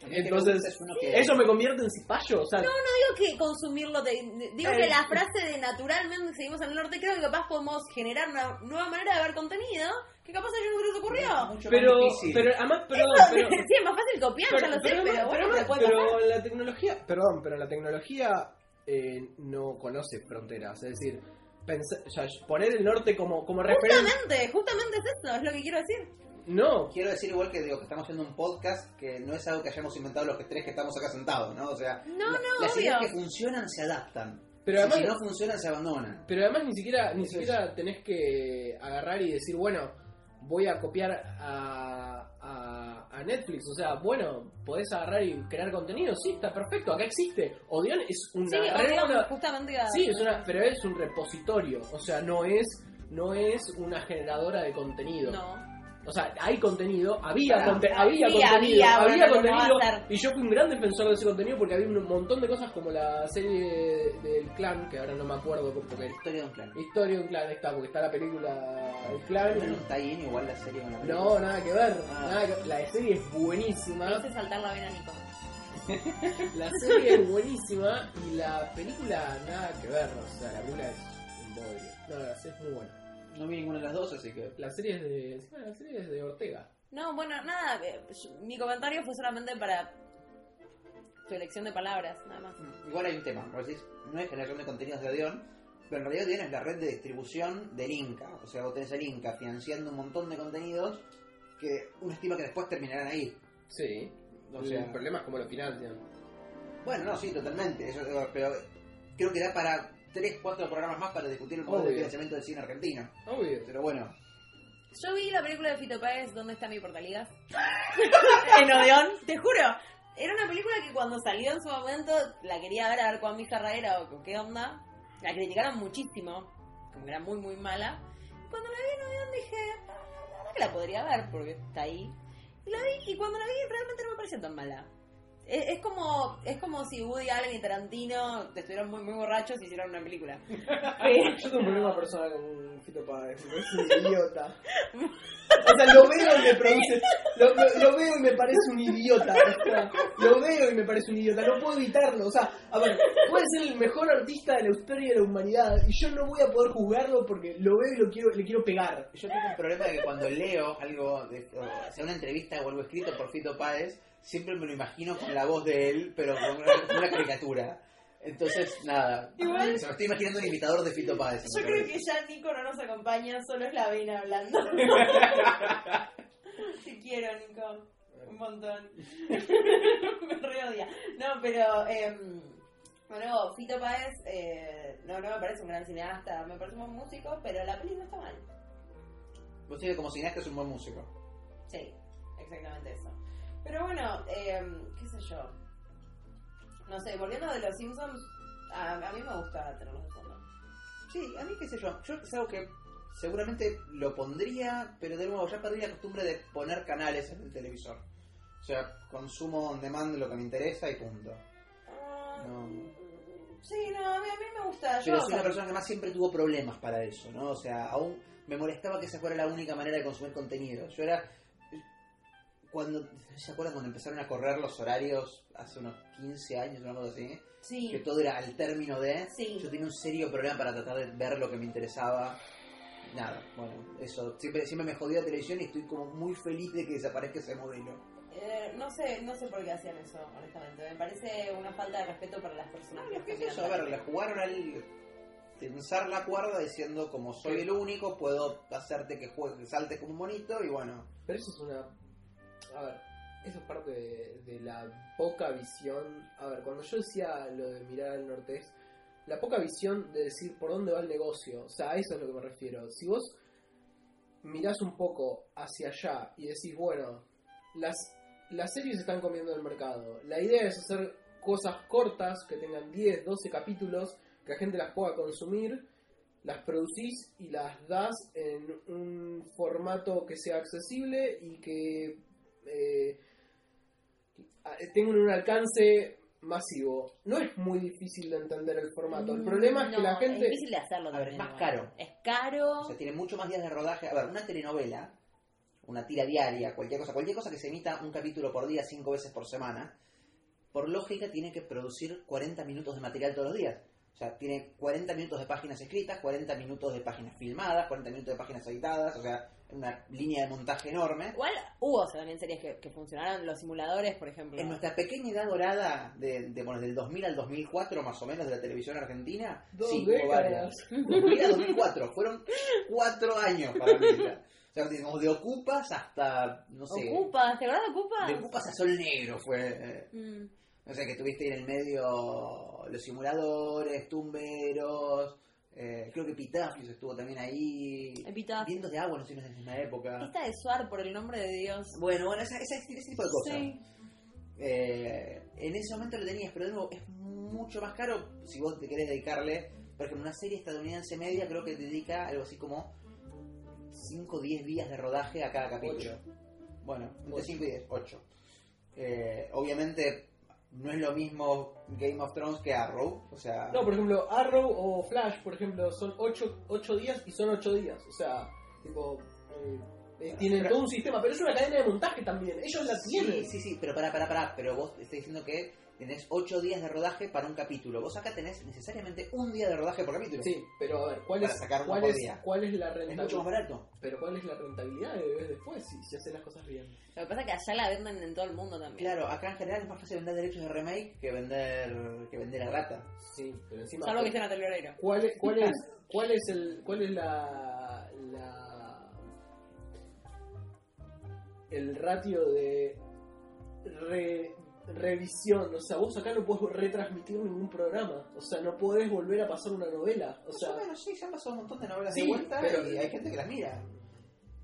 También que Entonces, me gusta este es uno que- ¿Eso me convierte en cipayo? O sea, digo que consumirlo, de- de- digo Eh. que la frase de naturalmente seguimos al norte, creo que capaz podemos generar una nueva manera de ver contenido que capaz a ellos no se les ocurrió. mucho más pero, difícil. pero además, pero, pero, sí, es más fácil copiar, ya lo sé, pero, además- bueno, además- te puede pero pasar. la tecnología, perdón, pero la tecnología eh, no conoce fronteras, es decir, pensar- o sea, poner el norte como, como referencia, Justamente, justamente es esto, es lo que quiero decir. no, Quiero decir igual que digo que estamos haciendo un podcast que no es algo que hayamos inventado los que tres que estamos acá sentados, ¿no? O sea, No, la- no, las ideas obvio. que funcionan se adaptan. pero además si no funcionan se abandonan. Pero además ni siquiera, ni Eso es. siquiera tenés que agarrar y decir, bueno, voy a copiar a, a, a Netflix. O sea, bueno, podés agarrar y crear contenido. Sí, está perfecto, acá existe. Odeon es una... Sí, re obvio, buena- justamente iba a- sí, es una, pero es un repositorio. O sea, no es, no es una generadora de contenido. No. O sea, hay contenido, había, Claro. conte- había, Había, contenido, había, había, bueno, no contenido. va a ser. Y yo fui un gran defensor de ese contenido porque había un montón de cosas como la serie del clan, que ahora no me acuerdo porque La historia de un clan. Historia de un clan está, porque está la película El Clan. No está ahí igual la serie con la película. No, nada que ver. Ah. nada que- La serie es Me buenísima. hice saltar la vena, Nico. La serie es buenísima y la película nada que ver. O sea, la película es un bodrio. No, la serie es muy buena. No vi ninguna de las dos, así que. La serie es de, encima la serie es de Ortega. No, bueno, nada, eh, yo- mi comentario fue solamente para tu elección de palabras, nada más. Mm, Igual hay un tema, vos decís, no es generación de contenidos de Odeon, pero en realidad Odeon es la red de distribución del Inca. O sea, vos tenés el Inca financiando un montón de contenidos que uno estima que después terminarán ahí. Sí. O sea, el problema es cómo lo financian. bueno, no, sí, totalmente. Eso, eh, pero creo que da para 3, 4 programas más para discutir el modelo de Obvio. financiamiento del cine argentino. Ah, Obvio. Pero bueno, Yo vi la película de Fito Páez, ¿Dónde está mi portaligas? en Odeón, te juro. Era una película que cuando salió en su momento la quería ver a ver cuán bizarra era o con qué onda. La criticaron muchísimo, como que era muy, muy mala. Cuando la vi en Odeón dije, "Ah, la verdad que la podría ver porque está ahí. Y la vi, y cuando la vi realmente no me pareció tan mala. E, Es, es como es como si Woody Allen y Tarantino te estuvieran muy, muy borrachos y hicieran una película. Ah, Yo tengo un problema personal con un Fito Páez, me parece un idiota. O sea, lo veo y me produce. Lo, lo- lo veo y me parece un idiota. o sea, lo veo y me parece un idiota. No puedo evitarlo. O sea, a ver, puede ser el mejor artista de la historia de la humanidad. Y yo no voy a poder juzgarlo porque lo veo y lo quiero, le quiero pegar. yo tengo un problema de que cuando leo algo, de, o sea, una entrevista o algo escrito por Fito Páez, siempre me lo imagino con la voz de él, pero con una, con una caricatura. Entonces, nada. Igual- Se me estoy imaginando un imitador de Fito Páez. en Yo mi creo cabeza. que ya Nico no nos acompaña, solo es la vena hablando. Te quiero, Nico. Un montón. Me reodia. No, pero. em, bueno, Fito Páez eh, no, no me parece un gran cineasta, me parece un buen músico, pero la peli no está mal. Vos tenés como cineasta es un buen músico. Sí, exactamente eso. Pero bueno, em, qué sé yo. No sé, volviendo de los Simpsons, a, a mí me gusta tenerlos de fondo. Sí, a mí qué sé yo. Yo es algo que seguramente lo pondría, pero de nuevo ya perdí la costumbre de poner canales en el televisor. O sea, consumo on demand lo que me interesa y punto. Ah, No. Sí, no, a mí, a mí me gusta. Yo, Pero o soy sea, una persona que más siempre tuvo problemas para eso, ¿no? O sea, aún me molestaba que esa fuera la única manera de consumir contenido. Yo era... Cuando, ¿Se acuerdan cuando empezaron a correr los horarios hace unos 15 años o algo así? Que sí. todo era al término de... Sí. Yo tenía un serio problema para tratar de ver lo que me interesaba. Nada, bueno, eso. Siempre, siempre me jodía la televisión y estoy como muy feliz de que desaparezca ese modelo. Eh, no sé, no sé por qué hacían eso, honestamente. Me parece una falta de respeto para las personas. No, ¿Qué es hacían eso? A la ver, le tele. jugaron al tensar la cuerda diciendo como soy el único, puedo hacerte que juegues, que saltes como un bonito y bueno. Pero eso es una. A ver, eso es parte de, de la poca visión. A ver, cuando yo decía lo de mirar al norte es la poca visión de decir por dónde va el negocio. O sea, a eso es lo que me refiero. Si vos mirás un poco hacia allá y decís, bueno, las, las series están comiendo el mercado. La idea es hacer cosas cortas que tengan 10, 12 capítulos, que la gente las pueda consumir las producís y las das en un formato que sea accesible y que eh, a- tengan un alcance masivo. No es muy difícil de entender el formato. El problema es que Mm, No, la gente... Es difícil de hacerlo A ver, también, más igual. caro. Es caro. O sea, tiene mucho más días de rodaje. A ver, una telenovela, una tira diaria, cualquier cosa, cualquier cosa que se emita un capítulo por día, cinco veces por semana, por lógica tiene que producir 40 minutos de material todos los días. O sea, tiene 40 minutos de páginas escritas, 40 minutos de páginas filmadas, 40 minutos de páginas editadas, o sea, una línea de montaje enorme. Igual hubo o sea, también series que, que funcionaron, los simuladores, por ejemplo. En nuestra pequeña edad dorada, de, de, bueno, del 2000 al 2004 más o menos de la televisión argentina, Dos sí, hubo varias. 2000 a 2004, fueron cuatro años para mí. O sea, digamos, de Ocupas hasta, no sé, Ocupas, ¿te acuerdas de Ocupas? de Ocupas a Sol Negro fue. eh, Mm. O sea, que tuviste ahí en el medio los simuladores, tumberos, eh, creo que Pitafios estuvo también ahí. Epitafio. Vientos de agua, no sé, no es de la misma época. Esta de Suar, por el nombre de Dios. Bueno, bueno, esa, esa- ese tipo de cosas. Sí. Eh, en ese momento lo tenías, pero de nuevo es mucho más caro si vos te querés dedicarle. Por ejemplo, una serie estadounidense media creo que dedica algo así como 5 o 10 días de rodaje a cada capítulo. Ocho. Bueno, entre Ocho. 5 y 10, 8. obviamente no es lo mismo Game of Thrones que Arrow. O sea, No, por ejemplo, Arrow o Flash, por ejemplo, son 8, días y son 8 días. O sea, tipo... eh, eh, tienen Pero- todo un sistema, pero es una cadena de montaje también. Ellos la tienen. sí, sí, sí, pero para, para, para. Pero vos estás diciendo que tenés 8 días de rodaje para un capítulo. Vos acá tenés necesariamente un día de rodaje por capítulo. Sí, pero a ver, ¿cuál Para es, sacar uno cuál por es, día. cuál es la Es mucho rentabilidad? más barato. Pero ¿cuál es la rentabilidad que ves después si, si haces las cosas bien? Lo que pasa es que allá la venden en todo el mundo también. Claro, acá en general es más fácil vender derechos de remake que vender que vender a rata. Sí, pero encima... Salvo que estén a Telorero. ¿Cuál es, cuál es, cuál es el, cuál es la, la, el ratio de re- revisión? O sea, vos acá no podés retransmitir ningún programa, o sea, no podés volver a pasar una novela, o sea, Más o menos, sí, ya han pasado un montón de novelas Sí, de vuelta pero- y hay gente que las mira.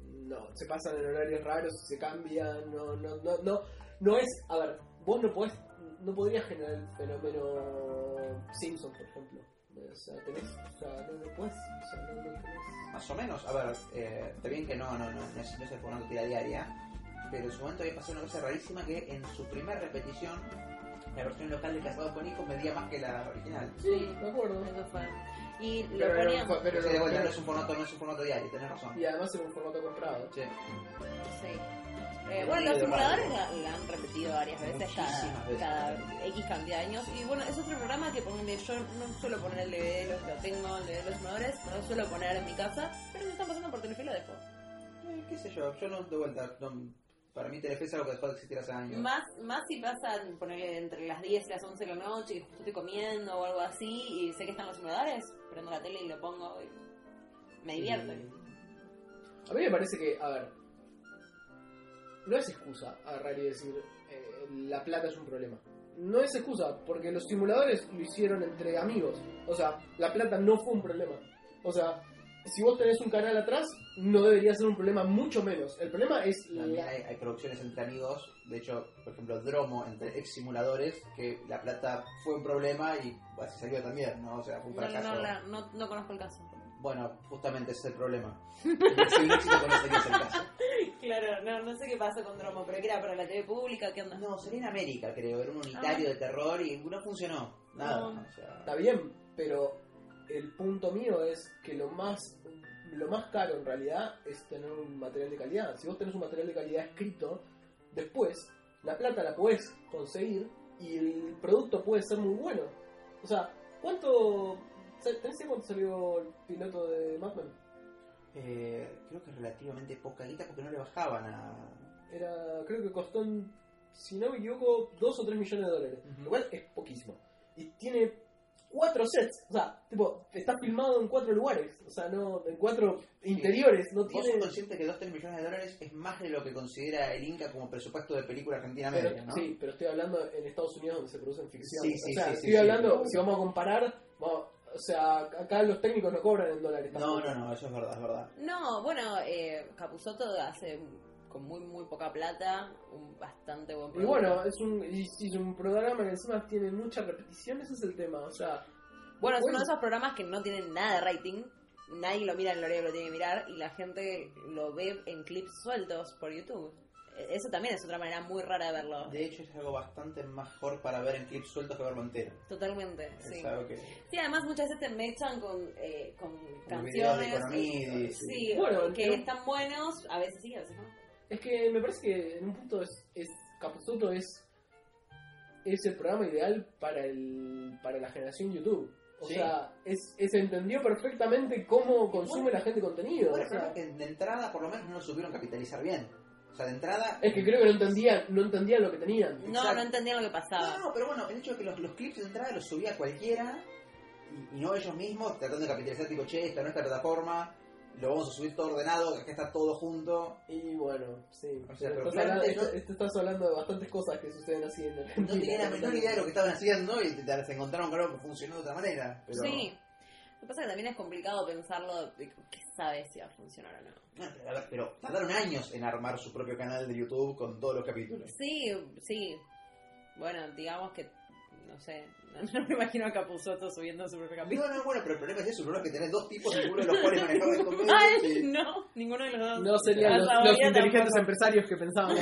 no, se pasan en horarios raros, se cambian, no, no, no, no, no es, a ver, vos no podés, no podrías generar el fenómeno Simpson, por ejemplo. O sea, tenés, o sea, no, no podés, o sea, no, no tenés. Más o menos, a ver, eh, está bien que no, no, no, no es, no es el formato tira diaria, pero en su momento había pasado una cosa rarísima que en su primera repetición la versión local de Casados con Hijos medía más que la original. Sí, me acuerdo. Eso fue. Y lo Pero, ponían. era- fue- pero Pero de vuelta, era- no es un formato, no es un formato diario, tenés razón. Y además era un formato comprado. Sí, Sí. Eh, bueno, los simuladores la, la han repetido varias veces Muchísimas cada, veces. cada X cantidad de años. Y bueno, es otro programa que ponele, yo no suelo poner el DVD, los, lo tengo, el DVD de los simuladores, no lo suelo poner en mi casa, pero si están pasando por Telefe lo dejo. Eh, qué sé yo, yo no, de vuelta, no, Para mí Telefesa lo que dejó de existir hace años. Más, más si pasan ponele, entre las 10 y las 11 de la noche y justo estoy comiendo o algo así y sé que están los simuladores, prendo la tele y lo pongo y me divierto. Mm. A mí me parece que, a ver, no es excusa agarrar y decir eh, la plata es un problema. No es excusa, porque los simuladores lo hicieron entre amigos. O sea, la plata no fue un problema. O sea, si vos tenés un canal atrás, no debería ser un problema, mucho menos. El problema es la- También hay, hay producciones entre amigos, de hecho, por ejemplo, Dromo entre ex simuladores, que la plata fue un problema y así salió también, ¿no? O sea, fue un No, no, fracaso. no, la- no, no conozco el caso. Bueno, justamente ese es el problema. Si un éxito con ese que es el caso. Claro, no, no sé qué pasó con Dromo, pero que era para la TV pública, ¿qué onda? No, sería en América, creo, era un unitario de terror y no funcionó. Nada. Ah. No. o sea, Está bien, pero el punto mío es que lo más lo más caro en realidad es tener un material de calidad. Si vos tenés un material de calidad escrito, después la plata la podés conseguir y el producto puede ser muy bueno. O sea, ¿cuánto... sa- ¿Tenés idea cuánto salió el piloto de Mad Men? eh, creo que relativamente poca guita porque no le bajaban a. Era, creo que costó, en- si no me equivoco, 2 o 3 millones de dólares. Ujú. Lo cual es poquísimo. Y tiene cuatro sets. O sea, tipo, está filmado en cuatro lugares. O sea, no, en cuatro interiores. No Vos sos tiene. consciente que 2-3 millones de dólares es más de lo que considera el Inca como presupuesto de película argentina Pero- media, ¿no? Sí, pero estoy hablando en Estados Unidos donde se producen ficción. Sí, o sí, sea, sí, sí, estoy sí. hablando, si vamos a comparar, vamos- o sea, acá los técnicos no cobran en dólares. No, tampoco. no, no, eso es verdad, es verdad. No, bueno, eh, Capusotto hace con muy, muy poca plata un bastante buen Y producto. bueno, es un, y- y un programa que encima tiene mucha repetición, ese es el tema. O sea, Bueno, es Bueno. uno de esos programas que no tienen nada de rating. Nadie lo mira en el horario que lo tiene que mirar y la gente lo ve en clips sueltos por YouTube. E- Eso también es otra manera muy rara de verlo. De hecho, es algo bastante mejor para ver en clips sueltos que verlo entero. Totalmente, Es sí. algo que- Sí, además muchas veces te mechan con, eh, con Con videos de canciones. economía. Sí, Bueno, que no- están buenos, a veces sí, a veces no. Es que me parece que en un punto es, es Capusotto es, es el programa ideal para el para la generación YouTube. O Sí. sea, es, es- entendió perfectamente cómo consume Bueno, la gente contenido. Por o sea. ejemplo, que de entrada, por lo menos, no lo supieron capitalizar bien. O sea, de entrada. es que creo que no entendían, no entendían lo que tenían. No, Exacto. no entendían lo que No, pasaba. no, pero bueno, el hecho de que los, los clips de entrada los subía cualquiera y, y no ellos mismos, tratando de capitalizar, tipo, che, esta es nuestra plataforma, lo vamos a subir todo ordenado, que acá está todo junto. Y bueno, sí. O sea, pero estás, pero hablando, claramente est- estás hablando de bastantes cosas que suceden así en No Argentina. tenían la menor idea de lo que estaban haciendo y te- te- se encontraron con algo que funcionó de otra manera. Pero, Sí. Lo que pasa es que también es complicado pensarlo, de qué sabes si va a funcionar o no. Bueno, pero, a ver, pero tardaron años en armar su propio canal de YouTube con todos los capítulos. Sí, sí. Bueno, digamos que, no sé, no, me imagino a Capuzotto subiendo su propio capítulo. No, no, bueno, pero el problema es eso, el problema es que tenés dos tipos, ninguno de los cuales manejaba el comedio. ¡Ay, y- no! Ninguno de los dos. No serían Ah, los, sabía los inteligentes tampoco. empresarios que pensábamos.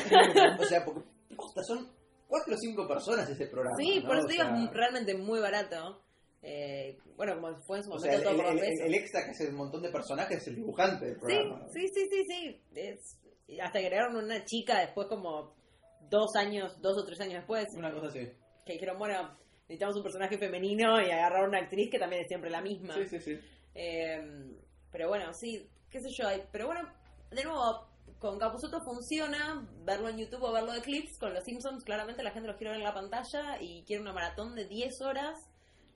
O sea, porque posta, son cuatro o cinco personas ese programa. Sí, ¿no? por eso O te digo, sea, es realmente muy barato. Eh, bueno, como fue en su O momento sea, el, todo el, por el, pesos. el extra que hace un montón de personajes es el dibujante del Sí, programa. sí, sí, sí, sí. Es- y hasta que agregaron una chica después como dos años, dos o tres años después, Una cosa así. que dijeron, bueno, necesitamos un personaje femenino y agarraron una actriz que también es siempre la misma. sí, sí. Eh, pero bueno, sí, qué sé yo. hay- Pero bueno, de nuevo, con Capuzoto funciona verlo en YouTube o verlo de clips. Con Los Simpsons, claramente la gente los quiere ver en la pantalla y quiere una maratón de 10 horas.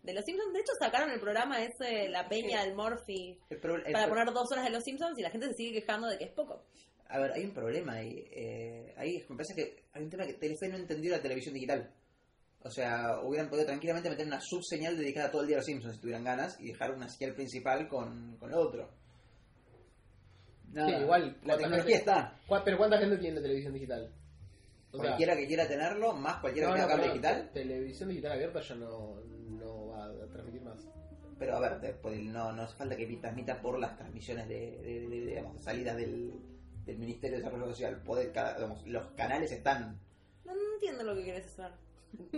De Los Simpsons, de hecho, sacaron el programa ese, La Peña del Morphy, El pro- el para pro- poner dos horas de Los Simpsons y la gente se sigue quejando de que es poco. A ver, hay un problema ahí. eh, ahí me parece que hay un tema que Telefe no entendió la televisión digital. O sea, hubieran podido tranquilamente meter una subseñal dedicada todo el día a los Simpsons si tuvieran ganas y dejar una señal principal con, con lo otro. Nada, igual, La tecnología está. ¿Cuá- Pero ¿cuánta gente tiene la televisión digital? O sea, cualquiera que quiera tenerlo, más cualquiera No, que no, tenga cable pero digital. Televisión digital abierta ya no, no va a transmitir más. Pero a ver, después el- no, no hace falta que transmita por las transmisiones de, de, de- de, digamos, de salidas del, del Ministerio de Desarrollo Social. Poder, cada- digamos, los canales están. No, no entiendo lo que quieres hacer.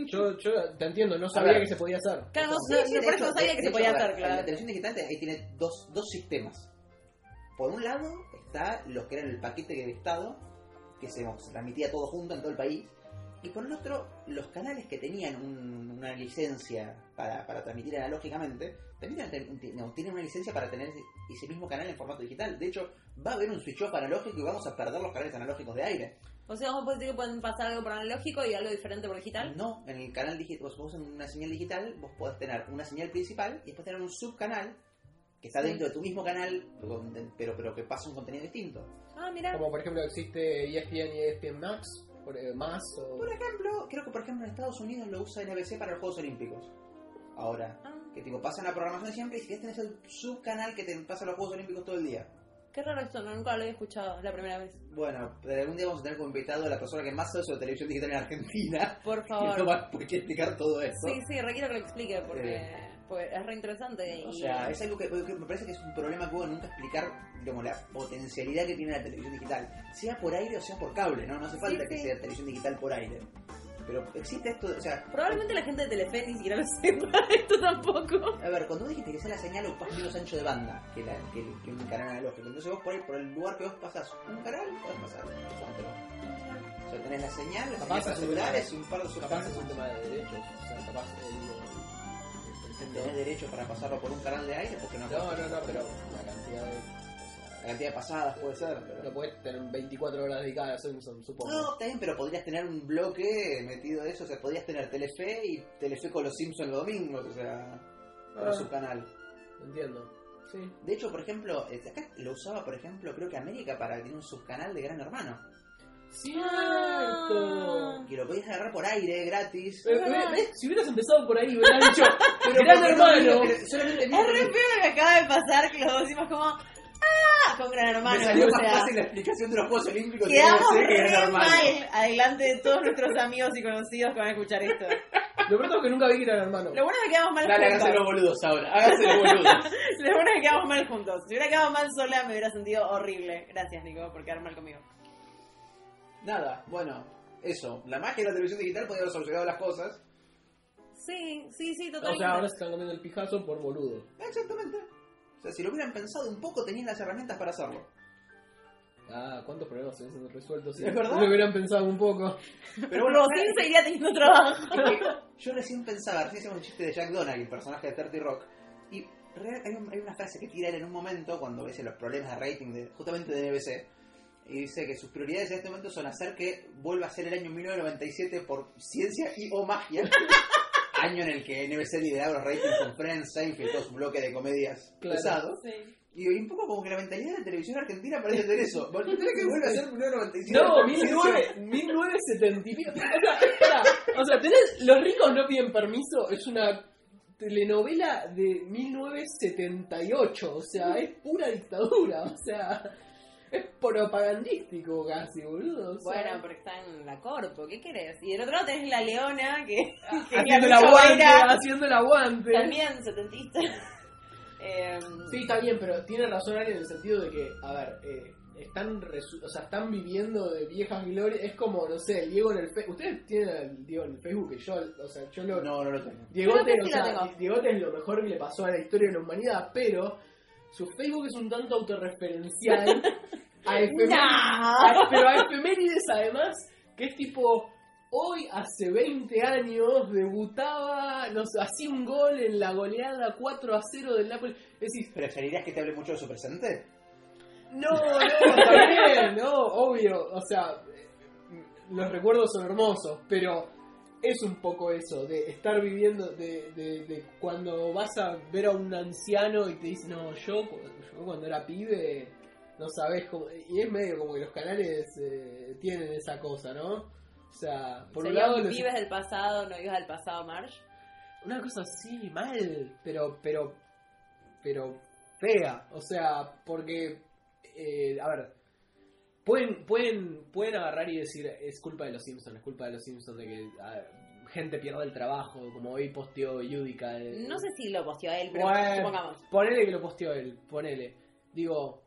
Yo, yo te entiendo, no sabía ver. que se podía hacer. Claro, no, Sí, no, sí, no, de por hecho, eso no sabía de- de que se hecho, podía a ver, hacer, La claro. televisión digital te- ahí tiene dos, dos sistemas. Por un lado está los que eran el paquete del Estado, que se se transmitía todo junto en todo el país. Y por el otro, los canales que tenían un- una licencia para, para transmitir analógicamente, también tienen, no, tienen una licencia para tener ese- ese mismo canal en formato digital. De hecho, va a haber un switch off analógico y vamos a perder los canales analógicos de aire. O sea, vos podés decir que pueden pasar algo por analógico y algo diferente por digital. No, en el canal digital, vos, vos en una señal digital, vos podés tener una señal principal y después tener un subcanal que está Sí. dentro de tu mismo canal, con- pero, pero que pasa un contenido distinto. Ah, mira. Como por ejemplo existe E ESPN y ESPN Max, por, eh, más o... Por ejemplo, creo que por ejemplo en Estados Unidos lo usa NBC para los Juegos Olímpicos. Ahora, Ah. que tipo pasan la programación siempre y si tenés el subcanal que te pasa los Juegos Olímpicos todo el día. Qué raro esto, no, nunca lo había escuchado la primera vez. Bueno, pero algún día vamos a tener como invitado a la persona que más sabe sobre televisión digital en Argentina. Por Y no favor. va por qué explicar todo eso. Sí, sí, requiero que lo explique porque, porque es re interesante. O y- sea, es algo que, que me parece que es un problema que hubo de nunca explicar digamos, la potencialidad que tiene la televisión digital, sea por aire o sea por cable, ¿no? No hace falta Sí, que sí. sea televisión digital por aire. Pero existe esto, o sea, Probablemente la gente de Telefe ni siquiera lo sepa, esto tampoco. a ver, cuando vos dijiste que sea la señal o más o menos ancho de banda que, la, que, el- que un canal analógico, entonces vos por el, por el lugar que vos pasás un canal, podés pasar otro. O sea, tenés la señal, Capaz la señal para hace celulares un- y un par de Capaz es subcanales. un tema de derechos, o sea, capaz... eh, digo, Tenés derecho para pasarlo por un canal de aire porque no, No, no, no, pero la cantidad de... o La sea, cantidad de pasadas puede ser, pero... No puedes tener 24 horas dedicadas a Simpson, supongo. No, está bien, pero podrías tener un bloque metido de eso. O sea, podrías tener Telefe y Telefe con los Simpsons los domingos, o sea, para Ah. su canal. Entiendo. Sí. De hecho, por ejemplo, eh, acá lo usaba, por ejemplo, creo que América para tener un subcanal de Gran Hermano. Ah. Que lo podías agarrar por aire, gratis. Eh, eh, eh, Si hubieras empezado por ahí, hubieras dicho, Pero Gran porque Hermano. pero solamente Es re feo lo que acaba de pasar, que los decimos como ¡Ah! con gran hermano. Me salió o más sea, fácil la explicación de los Juegos Olímpicos que quedamos debe ser que Gran re Hermano. mal adelante de todos nuestros amigos y conocidos que van a escuchar esto. lo pronto es que nunca vi que era hermano. Lo bueno es que quedamos mal Dale, háganse los juntos. boludos ahora, háganse los boludos. Lo bueno es que quedamos mal juntos. Si hubiera quedado mal sola me hubiera sentido horrible. Gracias, Nico, por quedar mal conmigo. Nada, bueno, eso. La magia de la televisión digital podía haber solucionado las cosas. Sí, sí, sí, O sea, ahora se están cambiando el pijazo por boludo. Exactamente. O sea, si lo hubieran pensado un poco, tenían las herramientas para hacerlo. Ah, ¿cuántos problemas se hubiesen resuelto si ¿Es verdad? lo hubieran pensado un poco? Pero bueno, Pero sí seguiría teniendo trabajo. yo recién pensaba, recién hicimos un chiste de Jack Donaghy, el personaje de 30 Rock, y re- hay, un- hay una frase que tira él en un momento cuando ves los problemas de rating de, justamente de NBC, y dice que sus prioridades en este momento son hacer que vuelva a ser el año 1997 por ciencia y o magia. año en el que NBC lideraba los ratings con Friends, Seinfeld, todo su bloque de comedias Claro. pesado. Y digo, y un poco como que la mentalidad de la televisión argentina parece tener eso. Volver que vuelve a ser 1997. No, 19, 1970 y pico. O sea, espera, o sea, tenés Los ricos no piden permiso, es una telenovela de 1978, o sea, es pura dictadura, o sea, es propagandístico casi, boludo. o sea. Bueno, porque está en la corpo, ¿qué querés? Y del otro lado tenés la leona, que, que es Ah, haciendo el mucho aguante, vaina, haciendo el aguante. también setentista. Eh, Sí, está bien, pero tiene razón alguien en el sentido de que, a ver, eh, están resu- o sea, están viviendo de viejas glorias. Es como, no sé, el Diego en el Facebook. Ustedes tienen al Diego en el Facebook, que yo, o sea, yo lo. No, no lo tengo. Diegote, Creo que o sí sea, lo tengo. Diegote es lo mejor que le pasó a la historia de la humanidad, pero su Facebook es un tanto autorreferencial a efemérides, No. a- pero a efemérides además, que es tipo, hoy hace 20 años debutaba, no sé, hacía un gol en la goleada 4 a 0 del Napoli. Decís, ¿Preferirías que te hable mucho de su presente? no, no, está bien, no, obvio, o sea, los recuerdos son hermosos, pero es un poco eso, de estar viviendo, de, de- de cuando vas a ver a un anciano y te dice, no, yo, cu- yo cuando era pibe, no sabes cómo, y es medio como que los canales eh, tienen esa cosa, ¿no? O sea, por un sería lado... los- vives del pasado, no vives del pasado, Marsh. una cosa así, mal, pero, pero, pero fea. O sea, porque, eh, a ver, pueden, pueden, pueden agarrar y decir, es culpa de los Simpsons, es culpa de los Simpsons de que a ver, gente pierde el trabajo, como hoy posteó Yudica. eh, No sé si lo posteó él, pero Bueno. supongamos. Ponele que lo posteó él, ponele. Digo,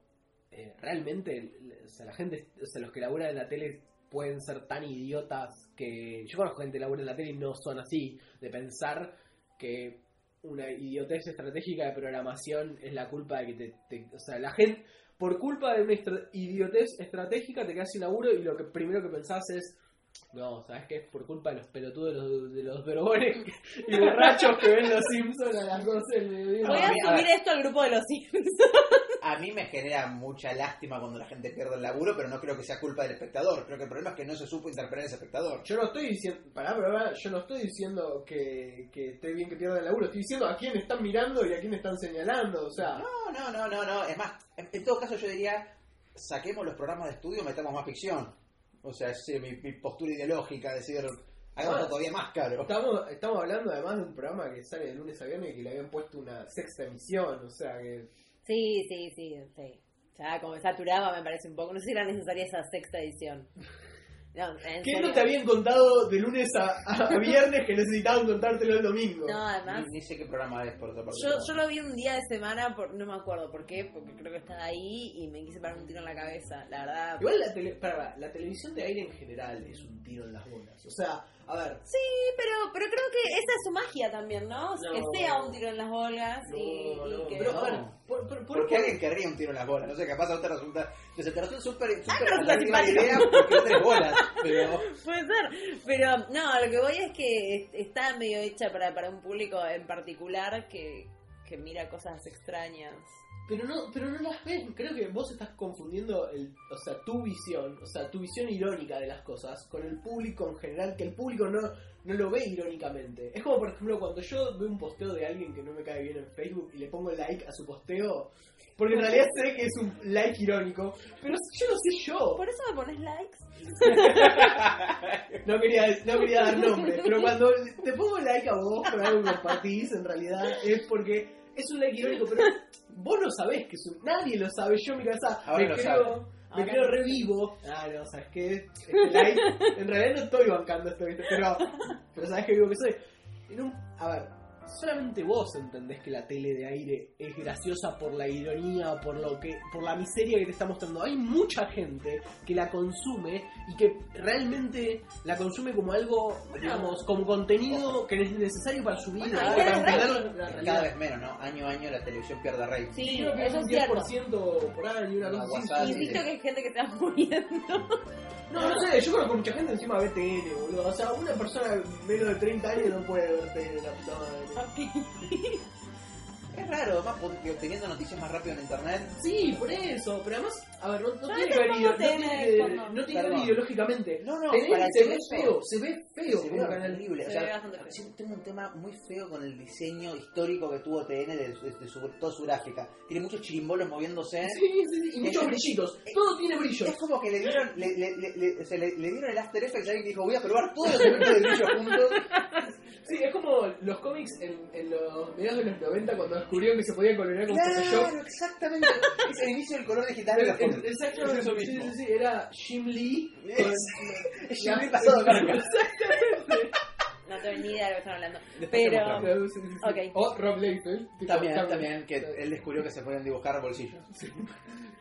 eh, realmente, o sea, la gente, o sea, los que laburan en la tele pueden ser tan idiotas que. Yo conozco gente que labura en la tele y no son así, de pensar que una idiotez estratégica de programación es la culpa de que te. te- o sea, la gente. Por culpa de una estra- idiotez estratégica te quedas sin laburo y lo que primero que pensás es. No, ¿sabes qué? Es por culpa de los pelotudos de los, de los drogones y borrachos que ven los Simpsons a las 12 del mediodía. Voy mira, a a subir esto al grupo de los Simpsons. a mí me genera mucha lástima cuando la gente pierde el laburo, pero no creo que sea culpa del espectador. Creo que el problema es que no se supo interpretar ese espectador. Yo no estoy diciendo, pará, pará, pará, yo no estoy diciendo que, que esté bien que pierda el laburo, estoy diciendo a quién están mirando y a quién están señalando, o sea, No, no, no, no, no. Es más, en, en todo caso yo diría, saquemos los programas de estudio, metamos más ficción. O sea, es eh, mi, mi postura ideológica, decir, hagámoslo Ah. todavía más caro. estamos, estamos hablando además de un programa que sale de lunes a viernes y que le habían puesto una sexta emisión, o sea que Sí, sí, sí, sí. Ya como saturaba me parece un poco. No sé si era necesaria esa sexta edición. No, en ¿Qué serio. no te habían contado de lunes a, a viernes que necesitaban contártelo el domingo? No, además, Ni, ni sé qué programa es, por otra parte. yo, yo lo vi un día de semana, por, no me acuerdo por qué, porque creo que estaba ahí y me quise parar un tiro en la cabeza. La verdad, Igual la, tele, pará, pará, la televisión de aire en general es un tiro en las bolas. O sea, a ver, Sí, pero, pero creo que esa es su magia también, ¿no? Que No. sea un tiro en las bolas y, No, y no, que... pero a ver, No. por, por- por- ¿Por qué alguien querría un tiro en las bolas? No sé, capaz a vos te resulta. Que se te resulta súper. súper no, la misma simpático. idea porque no tenés bolas. Pero. Puede ser, pero no, lo que voy es que es- está medio hecha para, para un público en particular que, que mira cosas extrañas. pero no, pero no las ves. Creo que vos estás confundiendo el, o sea, tu visión, o sea, tu visión irónica de las cosas con el público en general, que el público no, no lo ve irónicamente. Es como, por ejemplo, cuando yo veo un posteo de alguien que no me cae bien en Facebook y le pongo like a su posteo, porque en realidad sé que es un like irónico, pero yo no sé yo. ¿Por eso me pones likes? No quería, no quería dar nombre, pero cuando te pongo like a vos por algo que compartís, en realidad es porque es un like irónico, pero vos no sabés que es un. Nadie lo sabe. Yo, en mi casa, Ahora me lo creo. sabe. Me Ahora creo lo revivo. Ah, no, ¿sabes qué? Este like. En realidad no estoy bancando esto, ¿viste? Pero, pero ¿sabes qué vivo que soy? En un- a ver, solamente vos entendés que la tele de aire es graciosa por la ironía, por lo que, por la miseria que te está mostrando. Hay mucha gente que la consume y que realmente la consume como algo, digamos, como contenido que es necesario para su vida, Bueno, ahí para tenés entender la Cada realidad. vez menos, ¿no? Año a año la televisión pierde rating. Sí, Creo que eso un es cierto. 10% por año, una cosa Una así. guasada, sí. Insisto que hay gente que está muriendo. No, no sé, yo conozco mucha gente encima de BTN, boludo. O sea, una persona de menos de 30 años no puede ver BTN, la puta madre. Es raro, además, porque obteniendo noticias más rápido en internet. Sí, por eso, pero además, a ver, no, no Yo tiene te que ver pongo ideo- no TN tiene de que- fondo. no tiene que ver Perdón. ideológicamente. No, no, TN para el se ve TNT. feo, se ve feo se ve como canal. horrible. O Se sea, ve bastante feo. sí, tengo un tema muy feo con el diseño histórico que tuvo TN de, de- de su- toda su gráfica. Tiene muchos chirimbolos moviéndose. Sí, sí, sí, y muchos Es- brillitos. Todo tiene brillos. Es como que le dieron, le, le, le, le- o sea, le- le dieron el After Effects a alguien que dijo, voy a probar todos los elementos de brillo juntos. Sí, es como los cómics en, en los mediados de los 90 cuando descubrieron que se podía colorear con Photoshop. Claro, exactamente. Es el inicio del color digital de la Es- foto. es- Exactamente, Es eso sí, mismo. sí, sí, era Jim Lee. Es Jim Lee pasado de verga. Exactamente. No tengo ni idea de lo que están hablando. Después te Pero... Claro, sí, sí, sí. Ok. O Rob Liefeld. tipo, También, también, que él descubrió que se podían dibujar bolsillos.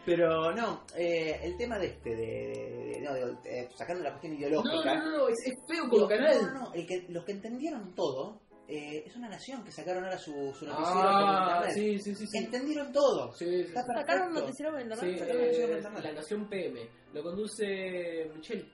Pero no, eh, el tema de este, de, de- de- no, de- eh, sacando la cuestión No, ideológica. no, no, no, es, es feo como canal. No, no, el que, los que entendieron todo eh, es una nación que sacaron ahora su, su noticiero por Ah, internet. sí, sí, sí. sí. Entendieron todo. Sí, sí. Está perfecto. Sacaron un noticiero por Sí, internet. Sacaron el eh, cielo por internet. la canción PM. Lo conduce Michelle.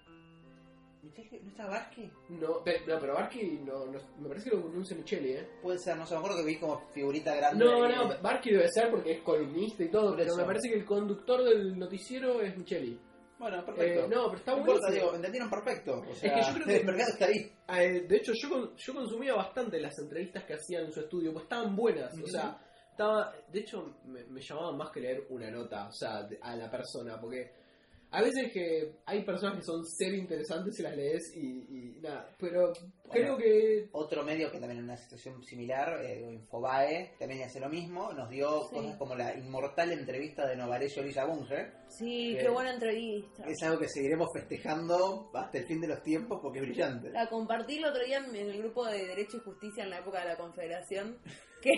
Michelle, ¿No estaba Vázquez? No, pe- no, pero Barky no, no- me parece que lo conduce Michelle, ¿eh? Puede ser, no sé, me acuerdo que vi como figurita grande. No, ahí. no, Barky debe ser porque es columnista y todo, Por pero eso. me parece que el conductor del noticiero es Michelle. Bueno, perfecto. Eh, no, pero está No bueno. importa, digo, entendieron perfecto. O sea, que yo creo que- el mercado está ahí. Ah, eh, De hecho, yo, con- yo consumía bastante las entrevistas que hacían en su estudio, pues estaban buenas. O Ujú. sea, estaba, de hecho, me, me llamaban más que leer una nota, o sea, de- a la persona, porque a veces que hay personas que son ser interesantes y las lees y, y nada, pero creo que. Otro medio que también en una situación similar, eh, Infobae, también hace lo mismo, nos dio Sí. cosas como la inmortal entrevista de Novarecio Lisa Bunge. Sí, Bien. qué buena entrevista. Es algo que seguiremos festejando hasta el fin de los tiempos porque es brillante. La compartí el otro día en en el grupo de Derecho y Justicia en la época de la Confederación, que,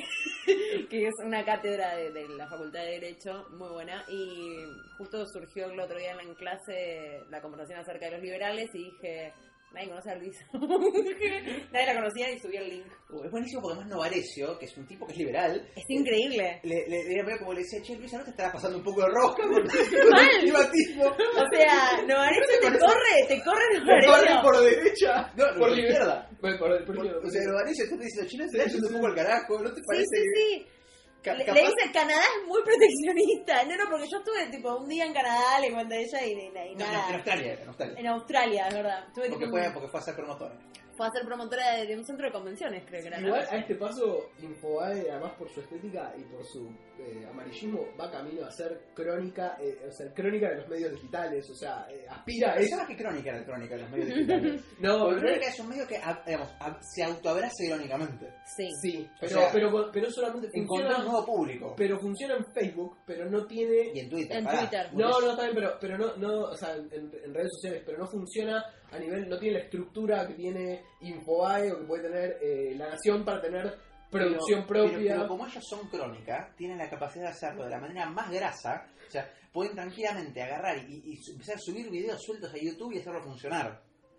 que es una cátedra de, de la Facultad de Derecho muy buena. Y justo surgió el otro día en la- en clase la conversación acerca de los liberales y dije, nadie conoce a Luisa Bunge". nadie la conocía y subí el link. Es buenísimo porque además Novarecio, que es un tipo que es liberal, Es increíble. le, le, le, medio como le decía, che Luisa, ¿no te estarás pasando un poco de rosca con, con Mal. el climatismo? O sea, Novarecio te corre, te corre Novarecio. Corre por derecha, No, por por la izquierda. Bueno, por- por- Por- o sea, Novarecio está diciendo, che, no te estás yendo un poco al carajo, ¿no te Sí, parece? sí, sí. Le, Ca- le capaz- dice, Canadá es muy proteccionista. No, no, porque yo estuve tipo un día en Canadá, le cuenta ella y, y- y No, no, en nada. Australia, en Australia. En Australia, es verdad. Estuve Porque tipo, fue, un- porque fue a ser promotora. fue a ser promotora de, de un centro de convenciones, creo que era. ¿no? Igual a este paso, Infobae, además por su estética y por su eh, amarillismo, va camino a ser crónica, eh, o sea, crónica de los medios digitales, o sea, eh, aspira a Eso eso. más que crónica era crónica de los medios digitales. No, Porque pero- crónica es un medio que, a- digamos, a- se autoabraza irónicamente. Sí. eh, sí, pero, sea, pero, pero solamente Encontró un funciona, nuevo público. pero funciona en Facebook, pero no tiene Y en Twitter. En pará. Twitter. No, no, también, pero, pero no, no, o sea, en, en redes sociales, pero no funciona a nivel, no tiene la estructura que tiene Infobae o que puede tener eh, La Nación para tener producción Pero- propia. Pero, como ellos son crónica, tienen la capacidad de hacerlo de la manera más grasa. O sea, pueden tranquilamente agarrar y, y su- empezar a subir videos sueltos a YouTube y hacerlo funcionar.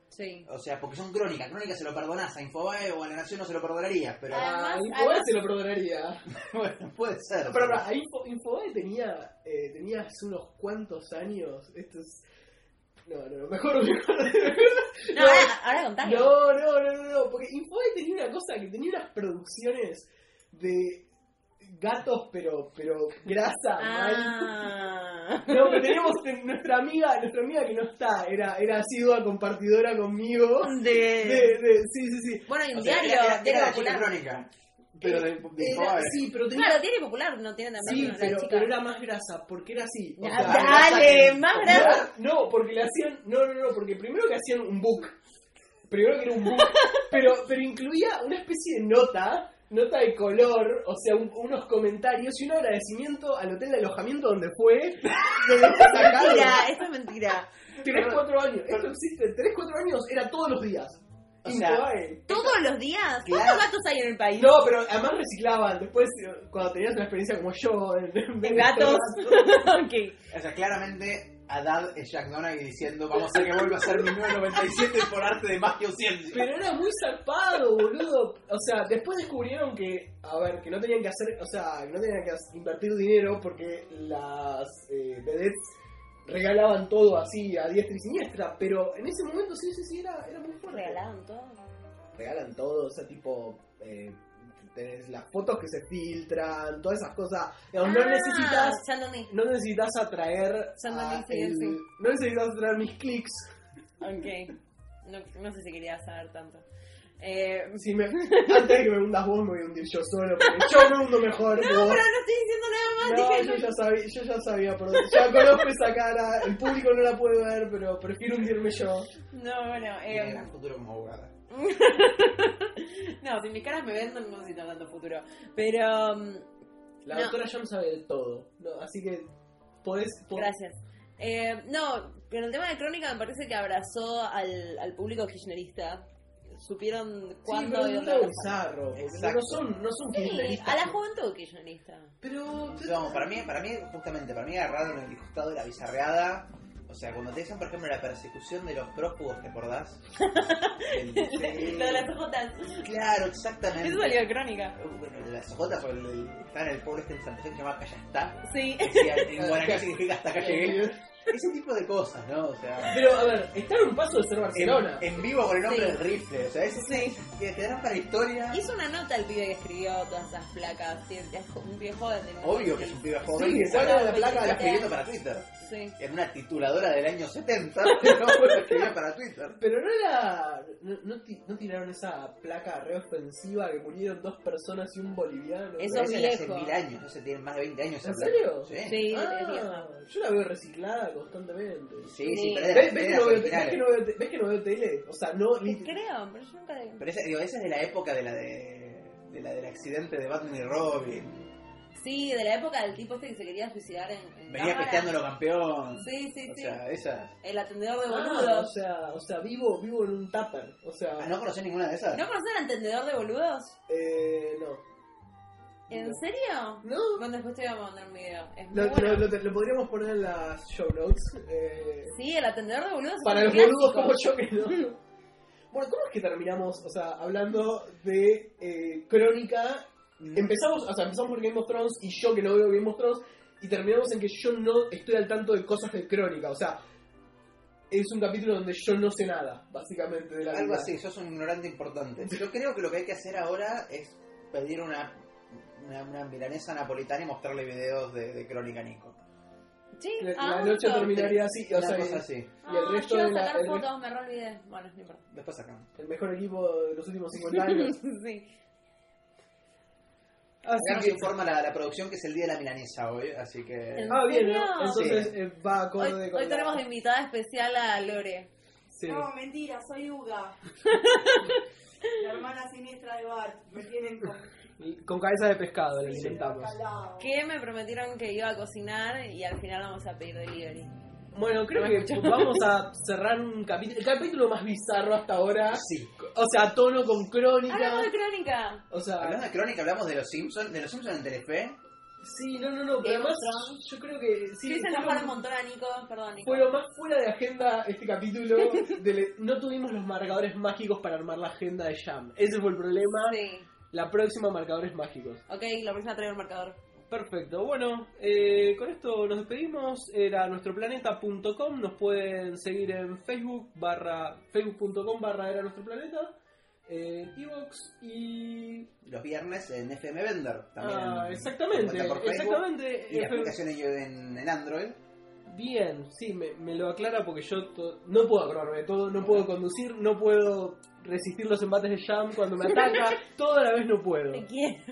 Sí. O sea, porque son crónica. Crónica se lo perdonás, a Infobae o a La Nación no se lo perdonarías, pero Ah. a Además- Infobae además- se lo perdonaría. bueno, puede ser. Pero, pero, a Info- Infobae tenía, eh, tenía hace unos cuantos años, esto es... No, no, no, mejor... No, ahora, ahora contame. No, no, no, no, no, porque Infobae tenía una cosa, que tenía unas producciones de gatos, pero, pero grasa, mal. Ah. No, pero teníamos en- nuestra amiga, nuestra amiga que no está, era, era asidua compartidora conmigo. De... De, de- sí, sí, sí. Bueno, y un O sea, diario, era- era- diario era la chica popular. crónica. Pero de, de Era- Eh, Infobae. sí, pero tenía. Claro, diario popular no tiene también sí, una pero, chica. pero era más grasa, porque era así. o Ya, sea, dale, más no, grasa. No, porque le hacían. No, no, no, porque primero que hacían un book. Primero que era un book. pero, pero incluía una especie de nota. Nota de color, o sea, un- unos comentarios y un agradecimiento al hotel de alojamiento donde fue. Sacado. Mentira, esto es mentira. 3, 4 años. Esto existe. 3, 4 años era todos los días. O sea, Infobae. Todos los días. ¿Cuántos Claro. gatos hay en el país? No, pero además reciclaban. Después, eh, cuando tenías una experiencia como yo, en, en- En gatos. ok. O sea, claramente Haddad es Jack Donaghy diciendo vamos a hacer que vuelva a ser 1997 por arte de magia o ciencia. Pero era muy zarpado, boludo. O sea, después descubrieron que, a ver, que no tenían que hacer, o sea, que no tenían que as- invertir dinero porque las eh, vedettes regalaban todo así a diestra y siniestra. Pero en ese momento sí, sí, sí, era, era muy fuerte. Regalaban todo. regalan todo, o sea, tipo, eh, tenés las fotos que se filtran, todas esas cosas. Digamos, no Ah, necesitas, Ya entendí. no necesitas atraer, Son a también, sí, sí. no necesitas atraer mis clics. Ok. No, no sé si quería saber tanto. Eh, Si me, antes de que me hundas vos, me voy a hundir yo solo, porque yo me hundo mejor. que no, vos. pero no estoy diciendo nada más. No, dije, yo ya sabía, yo ya sabía, perdón. Ya conozco esa cara, el público no la puede ver, pero prefiero hundirme yo. no, bueno. Tiene Eh, gran futuro como abogada. no, si mis caras me venden, no necesito tanto futuro. Pero. mm, La No. doctora Jam sabe de todo, no, así que podés... podés- Gracias. Eh, no, pero el tema de Crónica me parece que abrazó al, al público kirchnerista. Supieron Sí, cuándo pero y no dónde era un abrazar. zarro, porque Exacto. no son, no son Sí, kirchneristas. a la juventud kirchnerista. Pero. No, para mí, para mí, justamente, para mí agarraron el disgustado y la bizarreada. O sea, cuando te dicen, por ejemplo, la persecución de los prófugos, ¿te acordás? Del- sí. Lo de las ojotas. Claro, exactamente. Uh, Eso salió de Crónica. Bueno, de las ojotas, o el, el- está en el pueblo este en Santa Fe que se llama Callastá. Sí. Decía, en guaraní significa hasta acá llegué. Ese tipo de cosas, ¿no? O sea... Pero, a ver, están a un paso de ser En, Barcelona. en vivo con el nombre Sí. del rifle, o sea, ese Sí. que quedarán para la historia. Hizo una nota el pibe que escribió todas esas placas. sí, el- Un pibe joven. de Obvio que es un pibe joven. Sí, que exacto. ahora la placa de está la escribiendo para Twitter. Sí. En una tituladora del año 70, pero no lo escribía para Twitter. Pero no era. No, no ti- no tiraron esa placa reofensiva que murieron dos personas y un boliviano. Eso Pero es esa es de hace viejo. mil años, no se tiene más de 20 años. esa ¿En placa. serio? Sí. Sí, Ah, es vieja. yo la veo reciclada constantemente. Sí, Sí. sí, pero ¿Ves, es de las ves que primeras no veo, ves que originales. no veo te- ves que no veo tele? O sea, no. Te ni- creo, pero yo nunca le... Pero esa, digo, esa es de la época de la de, de la del accidente de Batman y Robin. Sí, de la época del tipo este que se quería suicidar en, en Venía cámara. pesteándolo campeón. Sí, sí, O sí. sea, eh. esa. El atendedor de Ah, o boludos. sea, o sea, vivo, vivo en un tupper. O sea, Ah, no conocí ninguna de esas. ¿No conocen al atendedor de boludos? eh, no. ¿En No. serio? No, Bueno, después te voy a mandar un video. Es muy Lo, bueno. lo- lo te- lo podríamos poner en las show notes. eh, Sí, el atendedor de boludos. es para un los boludos clásico. como yo que no. Bueno, ¿cómo es que terminamos, o sea, hablando de eh, crónica? Mm. Empezamos, o sea, empezamos por Game of Thrones y yo que no veo Game of Thrones y terminamos en que yo no estoy al tanto de cosas de crónica, o sea, es un capítulo donde yo no sé nada, básicamente, de la Algo vida. así, sos un ignorante importante. Yo creo que lo que hay que hacer ahora es pedir una, una, una milanesa napolitana y mostrarle videos de, de Crónica Nico. Sí, La, la hagamos noche un top. terminaría así, o Una sea, cosa el, así. y el Ah, resto yo iba de a la- sacar el re- fotos, me re olvidé. Bueno, no importa. Después sacamos. el mejor equipo de los últimos 50 años. sí. Ah, Acá Así nos que, informa la, la producción que es el día de la milanesa hoy, así que. El- ah, bien, ¿no? ¿En serio? Entonces eh, va Hoy, acorde con hoy la- tenemos de invitada especial a Lore. Sí. No, mentira, soy Uga. la hermana siniestra de Bart. Me tienen con... Y Con cabeza de pescado la alimentamos. calado. Que me prometieron que iba a cocinar y al final vamos a pedir delivery. Bueno, creo que vamos a cerrar un capítulo, el capítulo más bizarro hasta ahora. Sí. O sea, a tono con crónica. ¡Hagamos de crónica! O sea, Hablando de Crónica, hablamos de los Simpsons, de los Simpsons en Telefe. sí, no, no, no, Game pero además of Thrones. yo creo que sí, Sí, se fueron- enojaron un montón a Nico, perdón Nico. Fue lo más fuera de agenda este capítulo. de le- no tuvimos los marcadores mágicos para armar la agenda de Jam. Ese fue el problema. Sí. La próxima, marcadores mágicos. Ok, la próxima traigo el marcador. Perfecto. Bueno, eh, con esto nos despedimos. Era nuestroplaneta.com. Nos pueden seguir en Facebook, barra facebook.com barra era nuestro planeta. En Evox y... Los viernes en FM Vender. También Ah, en- exactamente, encuentran por Facebook. exactamente. eh, Y la F- aplicación en, en Android. Bien, sí, me, me lo aclara porque yo to- no puedo acordarme de todo, no puedo conducir, no puedo resistir los embates de Jam cuando me ataca, toda la vez no puedo. Te quiero.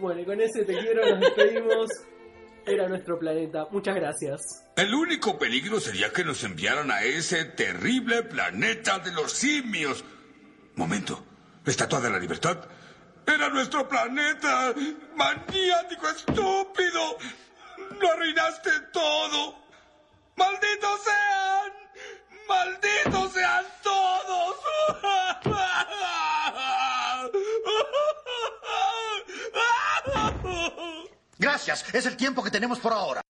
Bueno, y con ese te quiero, nos despedimos. Era nuestro planeta. Muchas gracias. El único peligro sería que nos enviaran a ese terrible planeta de los simios. Momento, Estatua de la Libertad. Era nuestro planeta. Maniático, estúpido. Lo arruinaste todo. Malditos sean. Malditos sean todos. Gracias, es el tiempo que tenemos por ahora.